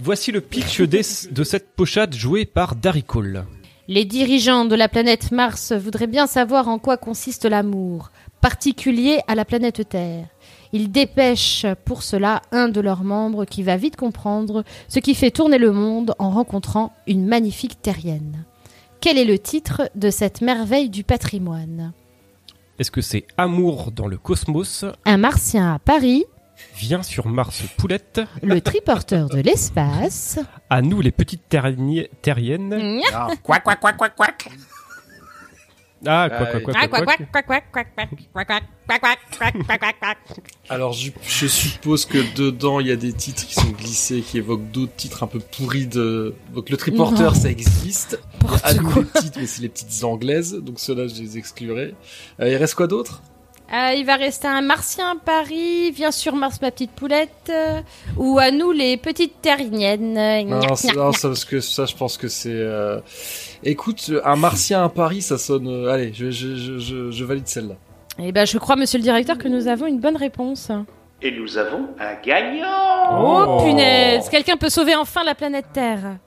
Speaker 6: Voici le pitch des- de cette pochade jouée par Darry Cole.
Speaker 5: Les dirigeants de la planète Mars voudraient bien savoir en quoi consiste l'amour. particulier à la planète Terre. Ils dépêchent pour cela un de leurs membres qui va vite comprendre ce qui fait tourner le monde en rencontrant une magnifique terrienne. Quel est le titre de cette merveille du patrimoine
Speaker 6: Est-ce que c'est Amour dans le cosmos
Speaker 5: Un martien à Paris,
Speaker 6: Viens sur Mars Poulette.
Speaker 5: le triporteur de l'espace.
Speaker 6: À nous les petites terni- terriennes.
Speaker 5: Quoi, quoi, quoi, quoi, quoi
Speaker 6: Ah, quoi, quoi, quoi, quoi, quoi.
Speaker 8: Alors je, je suppose que dedans il y a des titres qui sont glissés, qui évoquent d'autres titres un peu pourris de. Donc le triporteur
Speaker 6: Non.
Speaker 8: ça existe. Il y a à nous les petites, mais c'est les petites anglaises, donc ceux-là je les exclurai. Euh, il reste quoi d'autre
Speaker 5: Euh, il va rester un martien à Paris, viens sur Mars ma petite poulette, euh, ou à nous les petites terriennes.
Speaker 8: Non,
Speaker 5: Gnac,
Speaker 8: c'est-
Speaker 5: gnac,
Speaker 8: non,
Speaker 5: gnac.
Speaker 8: ça, parce que ça, je pense que c'est. euh, Écoute, un martien à Paris, ça sonne. euh, Allez, je, je, je, je, je valide celle-là.
Speaker 5: Eh ben, je crois, monsieur le directeur, que nous avons une bonne réponse.
Speaker 3: Et nous avons un gagnant
Speaker 5: Oh, punaise Quelqu'un peut sauver enfin la planète Terre.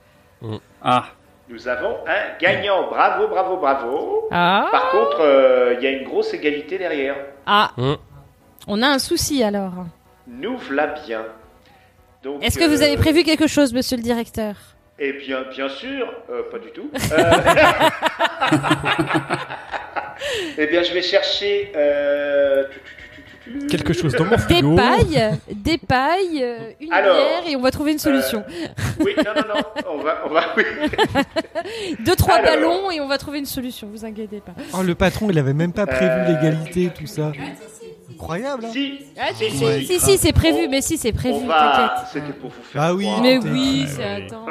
Speaker 9: Ah.
Speaker 3: Nous avons un gagnant. Bravo, bravo, bravo.
Speaker 5: Ah.
Speaker 3: Par contre, euh, il y a une grosse égalité derrière.
Speaker 5: Ah, on a un souci alors.
Speaker 3: Nous voilà bien. Donc,
Speaker 5: Est-ce que vous
Speaker 3: euh,
Speaker 5: avez prévu quelque chose, monsieur le directeur
Speaker 3: Eh bien, bien sûr, euh, pas du tout. Euh, eh bien, je vais chercher euh,
Speaker 6: Quelque chose dans mon
Speaker 5: Des
Speaker 6: frigo.
Speaker 5: pailles, des pailles, euh, une
Speaker 3: Alors, Euh,
Speaker 5: bière et on va trouver une solution.
Speaker 3: Oui, non, non, non, on va, on va, oui.
Speaker 5: Deux, trois
Speaker 3: alors.
Speaker 5: ballons et on va trouver une solution, vous inquiétez pas.
Speaker 10: Oh, le patron, il avait même pas prévu
Speaker 3: Euh,
Speaker 10: l'égalité et tout ça.
Speaker 5: Ah,
Speaker 10: Incroyable. hein.
Speaker 3: Ah, Si, Oh.
Speaker 5: si,
Speaker 10: si, Ouais.
Speaker 5: si, si, c'est prévu, mais si, c'est prévu,
Speaker 3: on
Speaker 5: t'inquiète.
Speaker 3: va. C'était pour vous faire.
Speaker 10: Ah oui.
Speaker 3: croire.
Speaker 5: Mais oui, c'est- attends.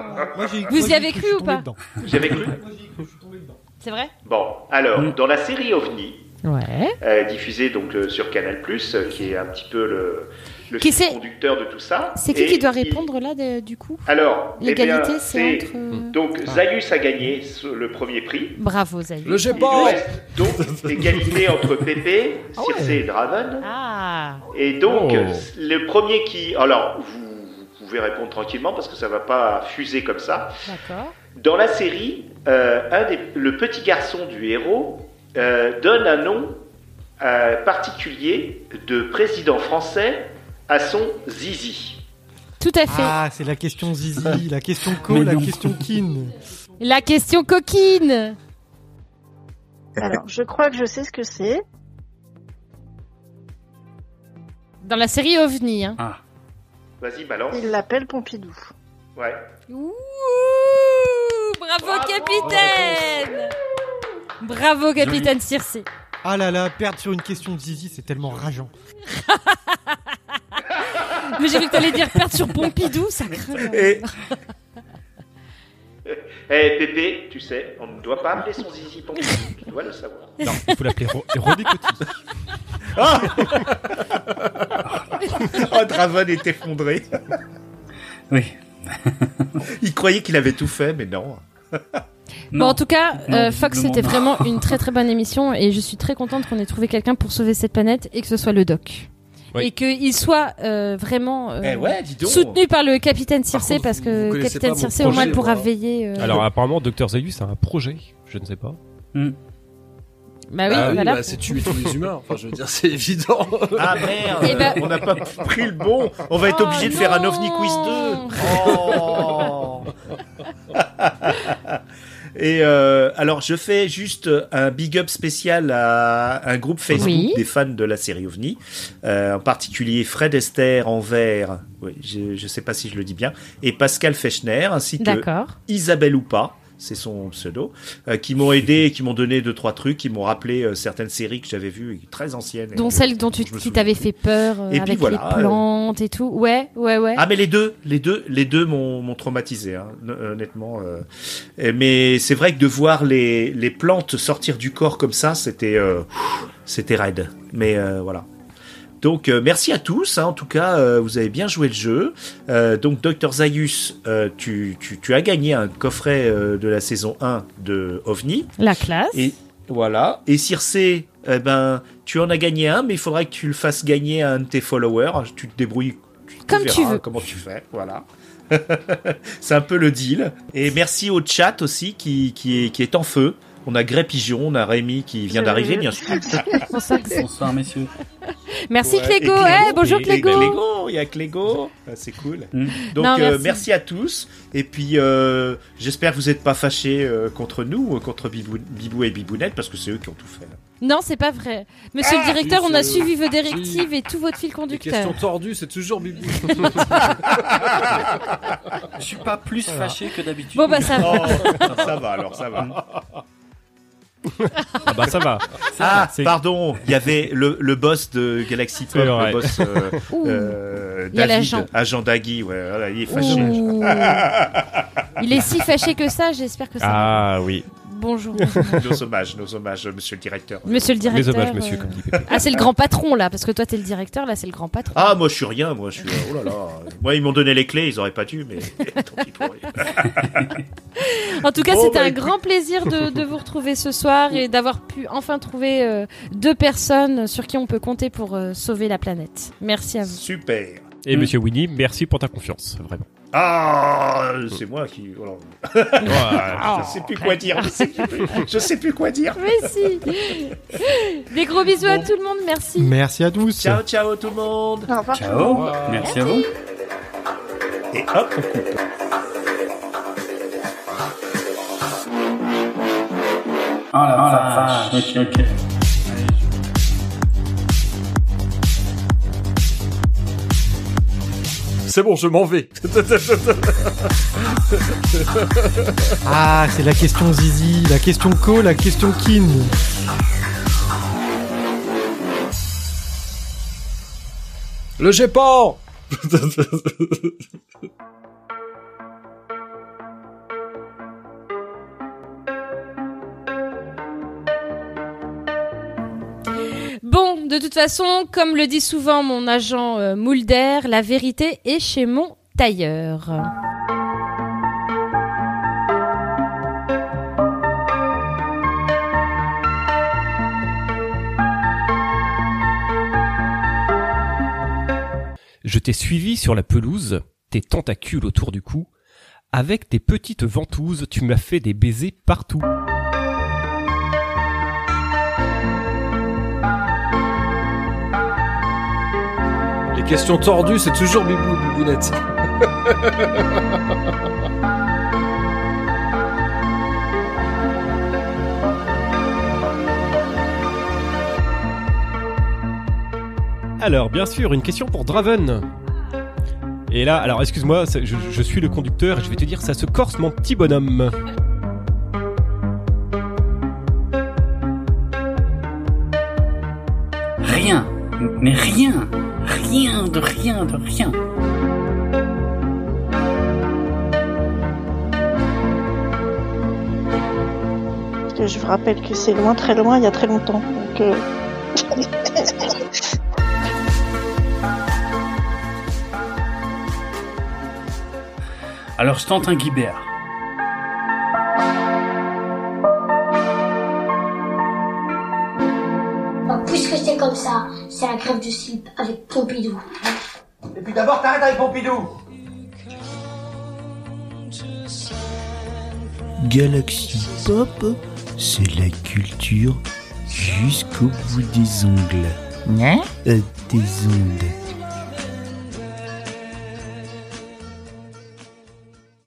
Speaker 5: Vous y avez cru ou pas
Speaker 3: Vous y avez cru
Speaker 5: C'est vrai
Speaker 3: Bon, alors, dans la série OVNI,
Speaker 5: Ouais.
Speaker 3: euh, diffusée donc euh, sur Canal+, euh, qui est un petit peu le, le
Speaker 5: Qui
Speaker 3: fil
Speaker 5: c'est
Speaker 3: conducteur de tout ça.
Speaker 5: C'est qui
Speaker 3: Et
Speaker 5: qui doit
Speaker 3: il-
Speaker 5: répondre là, de- du coup
Speaker 3: Alors, eh bien,
Speaker 5: L'égalité, c'est
Speaker 3: c'est-
Speaker 5: entre. euh,
Speaker 3: Donc, Zaius a gagné ce- le premier prix.
Speaker 5: Bravo, Zayus.
Speaker 3: Il reste donc égalité entre Pépé, Circe et Draven.
Speaker 5: Ah
Speaker 3: Et donc,
Speaker 16: Oh.
Speaker 3: le premier qui... Alors, vous, vous pouvez répondre tranquillement parce que ça va pas fuser comme ça.
Speaker 5: D'accord.
Speaker 3: Dans la série, euh, un des- le petit garçon du héros euh, donne un nom euh, particulier de président français à son zizi.
Speaker 5: Tout à fait.
Speaker 10: Ah, c'est la question Zizi, la question Co,
Speaker 9: Mais
Speaker 10: la
Speaker 9: non.
Speaker 10: question Kin.
Speaker 5: La question coquine
Speaker 7: Alors, je crois que je sais ce que c'est.
Speaker 5: Dans la série OVNI. Hein.
Speaker 3: Vas-y, balance.
Speaker 7: Il l'appelle Pompidou.
Speaker 3: Ouais.
Speaker 5: Ouh, bravo, capitaine Bravo capitaine Circe.
Speaker 10: Ah là là, perdre sur une question Zizi, c'est tellement rageant.
Speaker 5: Mais j'ai vu que t'allais dire perdre sur Pompidou, ça craint.
Speaker 3: Eh, Pépé, tu sais, on ne doit pas appeler son zizi Pompidou, tu dois le savoir.
Speaker 6: Non, il faut l'appeler Ro- Rodé Coty.
Speaker 3: Ah
Speaker 13: Oh, Draven est effondré.
Speaker 9: Oui.
Speaker 13: il croyait qu'il avait tout fait, mais non.
Speaker 5: Bon, en tout cas,
Speaker 13: Non,
Speaker 5: euh, Fox,
Speaker 13: visiblement
Speaker 5: c'était
Speaker 13: non.
Speaker 5: vraiment une très très bonne émission et je suis très contente qu'on ait trouvé quelqu'un pour sauver cette planète et que ce soit le doc.
Speaker 6: Oui.
Speaker 5: Et qu'il soit euh, vraiment euh,
Speaker 6: Eh ouais, dis donc.
Speaker 5: soutenu par le capitaine Circe parce que
Speaker 6: connaissez
Speaker 5: capitaine
Speaker 6: pas mon
Speaker 5: Circe au moins
Speaker 6: projet, hein.
Speaker 5: elle pourra
Speaker 6: moi.
Speaker 5: veiller. euh,
Speaker 6: Alors apparemment, Dr Zayus a un projet, je ne sais pas.
Speaker 5: Bah oui,
Speaker 6: Ah oui,
Speaker 5: voilà.
Speaker 6: bah,
Speaker 8: C'est tuer tous les humains. Enfin, je veux dire, c'est évident.
Speaker 13: Ah merde,
Speaker 5: Eh ben-
Speaker 13: on n'a pas pris le bon. On va être
Speaker 5: Oh,
Speaker 13: obligé de faire un ovni
Speaker 5: non.
Speaker 13: quiz 2. Oh. Et euh, alors, je fais juste un big up spécial à un groupe Facebook
Speaker 5: Oui.
Speaker 13: des fans de la série OVNI, euh, en particulier Fred Esther Envers, oui, je ne sais pas si je le dis bien, et Pascal Fechner, ainsi que
Speaker 5: D'accord.
Speaker 13: Isabelle Oupa, c'est son pseudo, euh, qui m'ont aidé et qui m'ont donné deux trois trucs, qui m'ont rappelé euh, certaines séries que j'avais vues et très anciennes. et
Speaker 5: Dont
Speaker 13: que-
Speaker 5: celle dont tu
Speaker 13: je me
Speaker 5: qui t'avait fait peur euh,
Speaker 13: Et puis
Speaker 5: avec
Speaker 13: voilà,
Speaker 5: les plantes et tout. Ouais, ouais, ouais.
Speaker 13: Ah mais les deux, les deux, les deux m'ont m'ont traumatisé, hein, n- honnêtement. euh. Et- Mais c'est vrai que de voir les, les plantes sortir du corps comme ça, c'était euh, c'était raide. Mais euh, voilà. Donc euh, merci à tous. hein, en tout cas, euh, vous avez bien joué le jeu. Euh, donc Dr Zayus, euh, tu, tu, tu as gagné un coffret euh, de la saison 1 de OVNI.
Speaker 5: La classe.
Speaker 13: Et voilà. Et Circe, eh ben, tu en as gagné un, mais il faudra que tu le fasses gagner à un de tes followers. Ah, Tu te débrouilles. Tu,
Speaker 5: Comme tu
Speaker 13: verras
Speaker 5: veux.
Speaker 13: Comment tu fais, voilà. C'est un peu le deal. Et merci au chat aussi qui, qui, est, qui est en feu. On a Grey Pigeon, on a Rémi qui vient d'arriver, bien sûr.
Speaker 9: Bonsoir, messieurs.
Speaker 5: Merci
Speaker 13: Ouais,
Speaker 5: Clégo.
Speaker 13: et
Speaker 5: Eh, bonjour
Speaker 13: et
Speaker 5: Clégo. Mm.
Speaker 13: Clégo, Il y a Clégo, Ah, c'est cool. Donc
Speaker 5: Non,
Speaker 13: euh,
Speaker 5: merci.
Speaker 13: merci. à tous. Et puis euh, j'espère que vous n'êtes pas fâchés euh, contre nous, euh, contre Bibou, Bibou et Bibounette, parce que c'est eux qui ont tout fait.
Speaker 5: Non, c'est pas vrai. Monsieur le directeur,
Speaker 13: Ah, si,
Speaker 5: on a
Speaker 13: c'est-
Speaker 5: suivi vos directives et tout votre fil conducteur.
Speaker 16: Question tordue, c'est toujours Bibou.
Speaker 9: Je suis pas plus fâché que d'habitude.
Speaker 5: Bon, bah, ça va.
Speaker 13: Oh, ça va, alors, ça va.
Speaker 6: Ah bah ça va.
Speaker 13: Ah,
Speaker 6: C'est-
Speaker 13: pardon, il y avait le, le boss de Galaxy Pop,
Speaker 6: C'est vrai.
Speaker 13: le boss euh,
Speaker 5: Ouh.
Speaker 13: euh,
Speaker 5: Il y a
Speaker 13: David,
Speaker 5: l'agent.
Speaker 13: agent Dagui, ouais, voilà, il est fâché.
Speaker 5: Ouh. Il est si fâché que ça, j'espère que ça.
Speaker 13: Ah oui.
Speaker 5: Bonjour.
Speaker 13: nos hommages, nos hommages, monsieur le directeur.
Speaker 5: Monsieur le directeur. euh, Ah, c'est le grand patron là, parce que toi t'es le directeur, là c'est le grand patron.
Speaker 13: Ah, moi je suis rien, moi je suis. Oh là là. Moi ils m'ont donné les clés, ils auraient pas dû, mais tant pis pour eux.
Speaker 5: En tout cas,
Speaker 13: Bon,
Speaker 5: c'était
Speaker 13: bah,
Speaker 5: un
Speaker 13: écoute.
Speaker 5: grand plaisir de, de vous retrouver ce soir et d'avoir pu enfin trouver euh, deux personnes sur qui on peut compter pour euh, sauver la planète. Merci à vous.
Speaker 13: Super.
Speaker 8: Hmm.
Speaker 6: Et Eh, monsieur Winnie, merci pour ta confiance, vraiment.
Speaker 13: Ah, c'est moi qui. oh là. Ah,
Speaker 6: Ouais.
Speaker 13: je sais plus quoi dire, je sais plus, je sais plus quoi dire.
Speaker 5: Mais si Des gros bisous à tout le monde, merci.
Speaker 10: Merci à tous.
Speaker 13: Ciao, ciao tout le monde.
Speaker 5: Au revoir.
Speaker 9: Ciao. Merci à vous.
Speaker 13: Et hop, on coupe.
Speaker 9: Ah la vache. Ok, ok.
Speaker 8: C'est bon, je m'en vais.
Speaker 10: Ah, c'est la question Zizi, la question Co, la question Kin.
Speaker 16: Le GEPAN
Speaker 5: Bon, de toute façon, comme le dit souvent mon agent euh, Mulder, la vérité est chez mon tailleur.
Speaker 6: Je t'ai suivi sur la pelouse, tes tentacules autour du cou. Avec tes petites ventouses, tu m'as fait des baisers partout.
Speaker 16: Les questions tordues, c'est toujours Bibou, Bibounette.
Speaker 6: Alors, bien sûr, une question pour Draven. Et là, alors excuse-moi, ça- je, je suis le conducteur et je vais te dire, ça se corse mon petit bonhomme.
Speaker 9: Rien. Mais rien. Rien de rien de rien.
Speaker 7: Parce que je vous rappelle que c'est loin, très loin, il y a très longtemps. Donc, euh,
Speaker 9: Alors je tente un guibert.
Speaker 17: Bah, puisque c'est comme ça, c'est la grève du slip avec Pompidou.
Speaker 2: Et puis d'abord, t'arrêtes avec Pompidou.
Speaker 18: Galaxy Pop, c'est la culture jusqu'au bout des ongles. Euh, des ondes.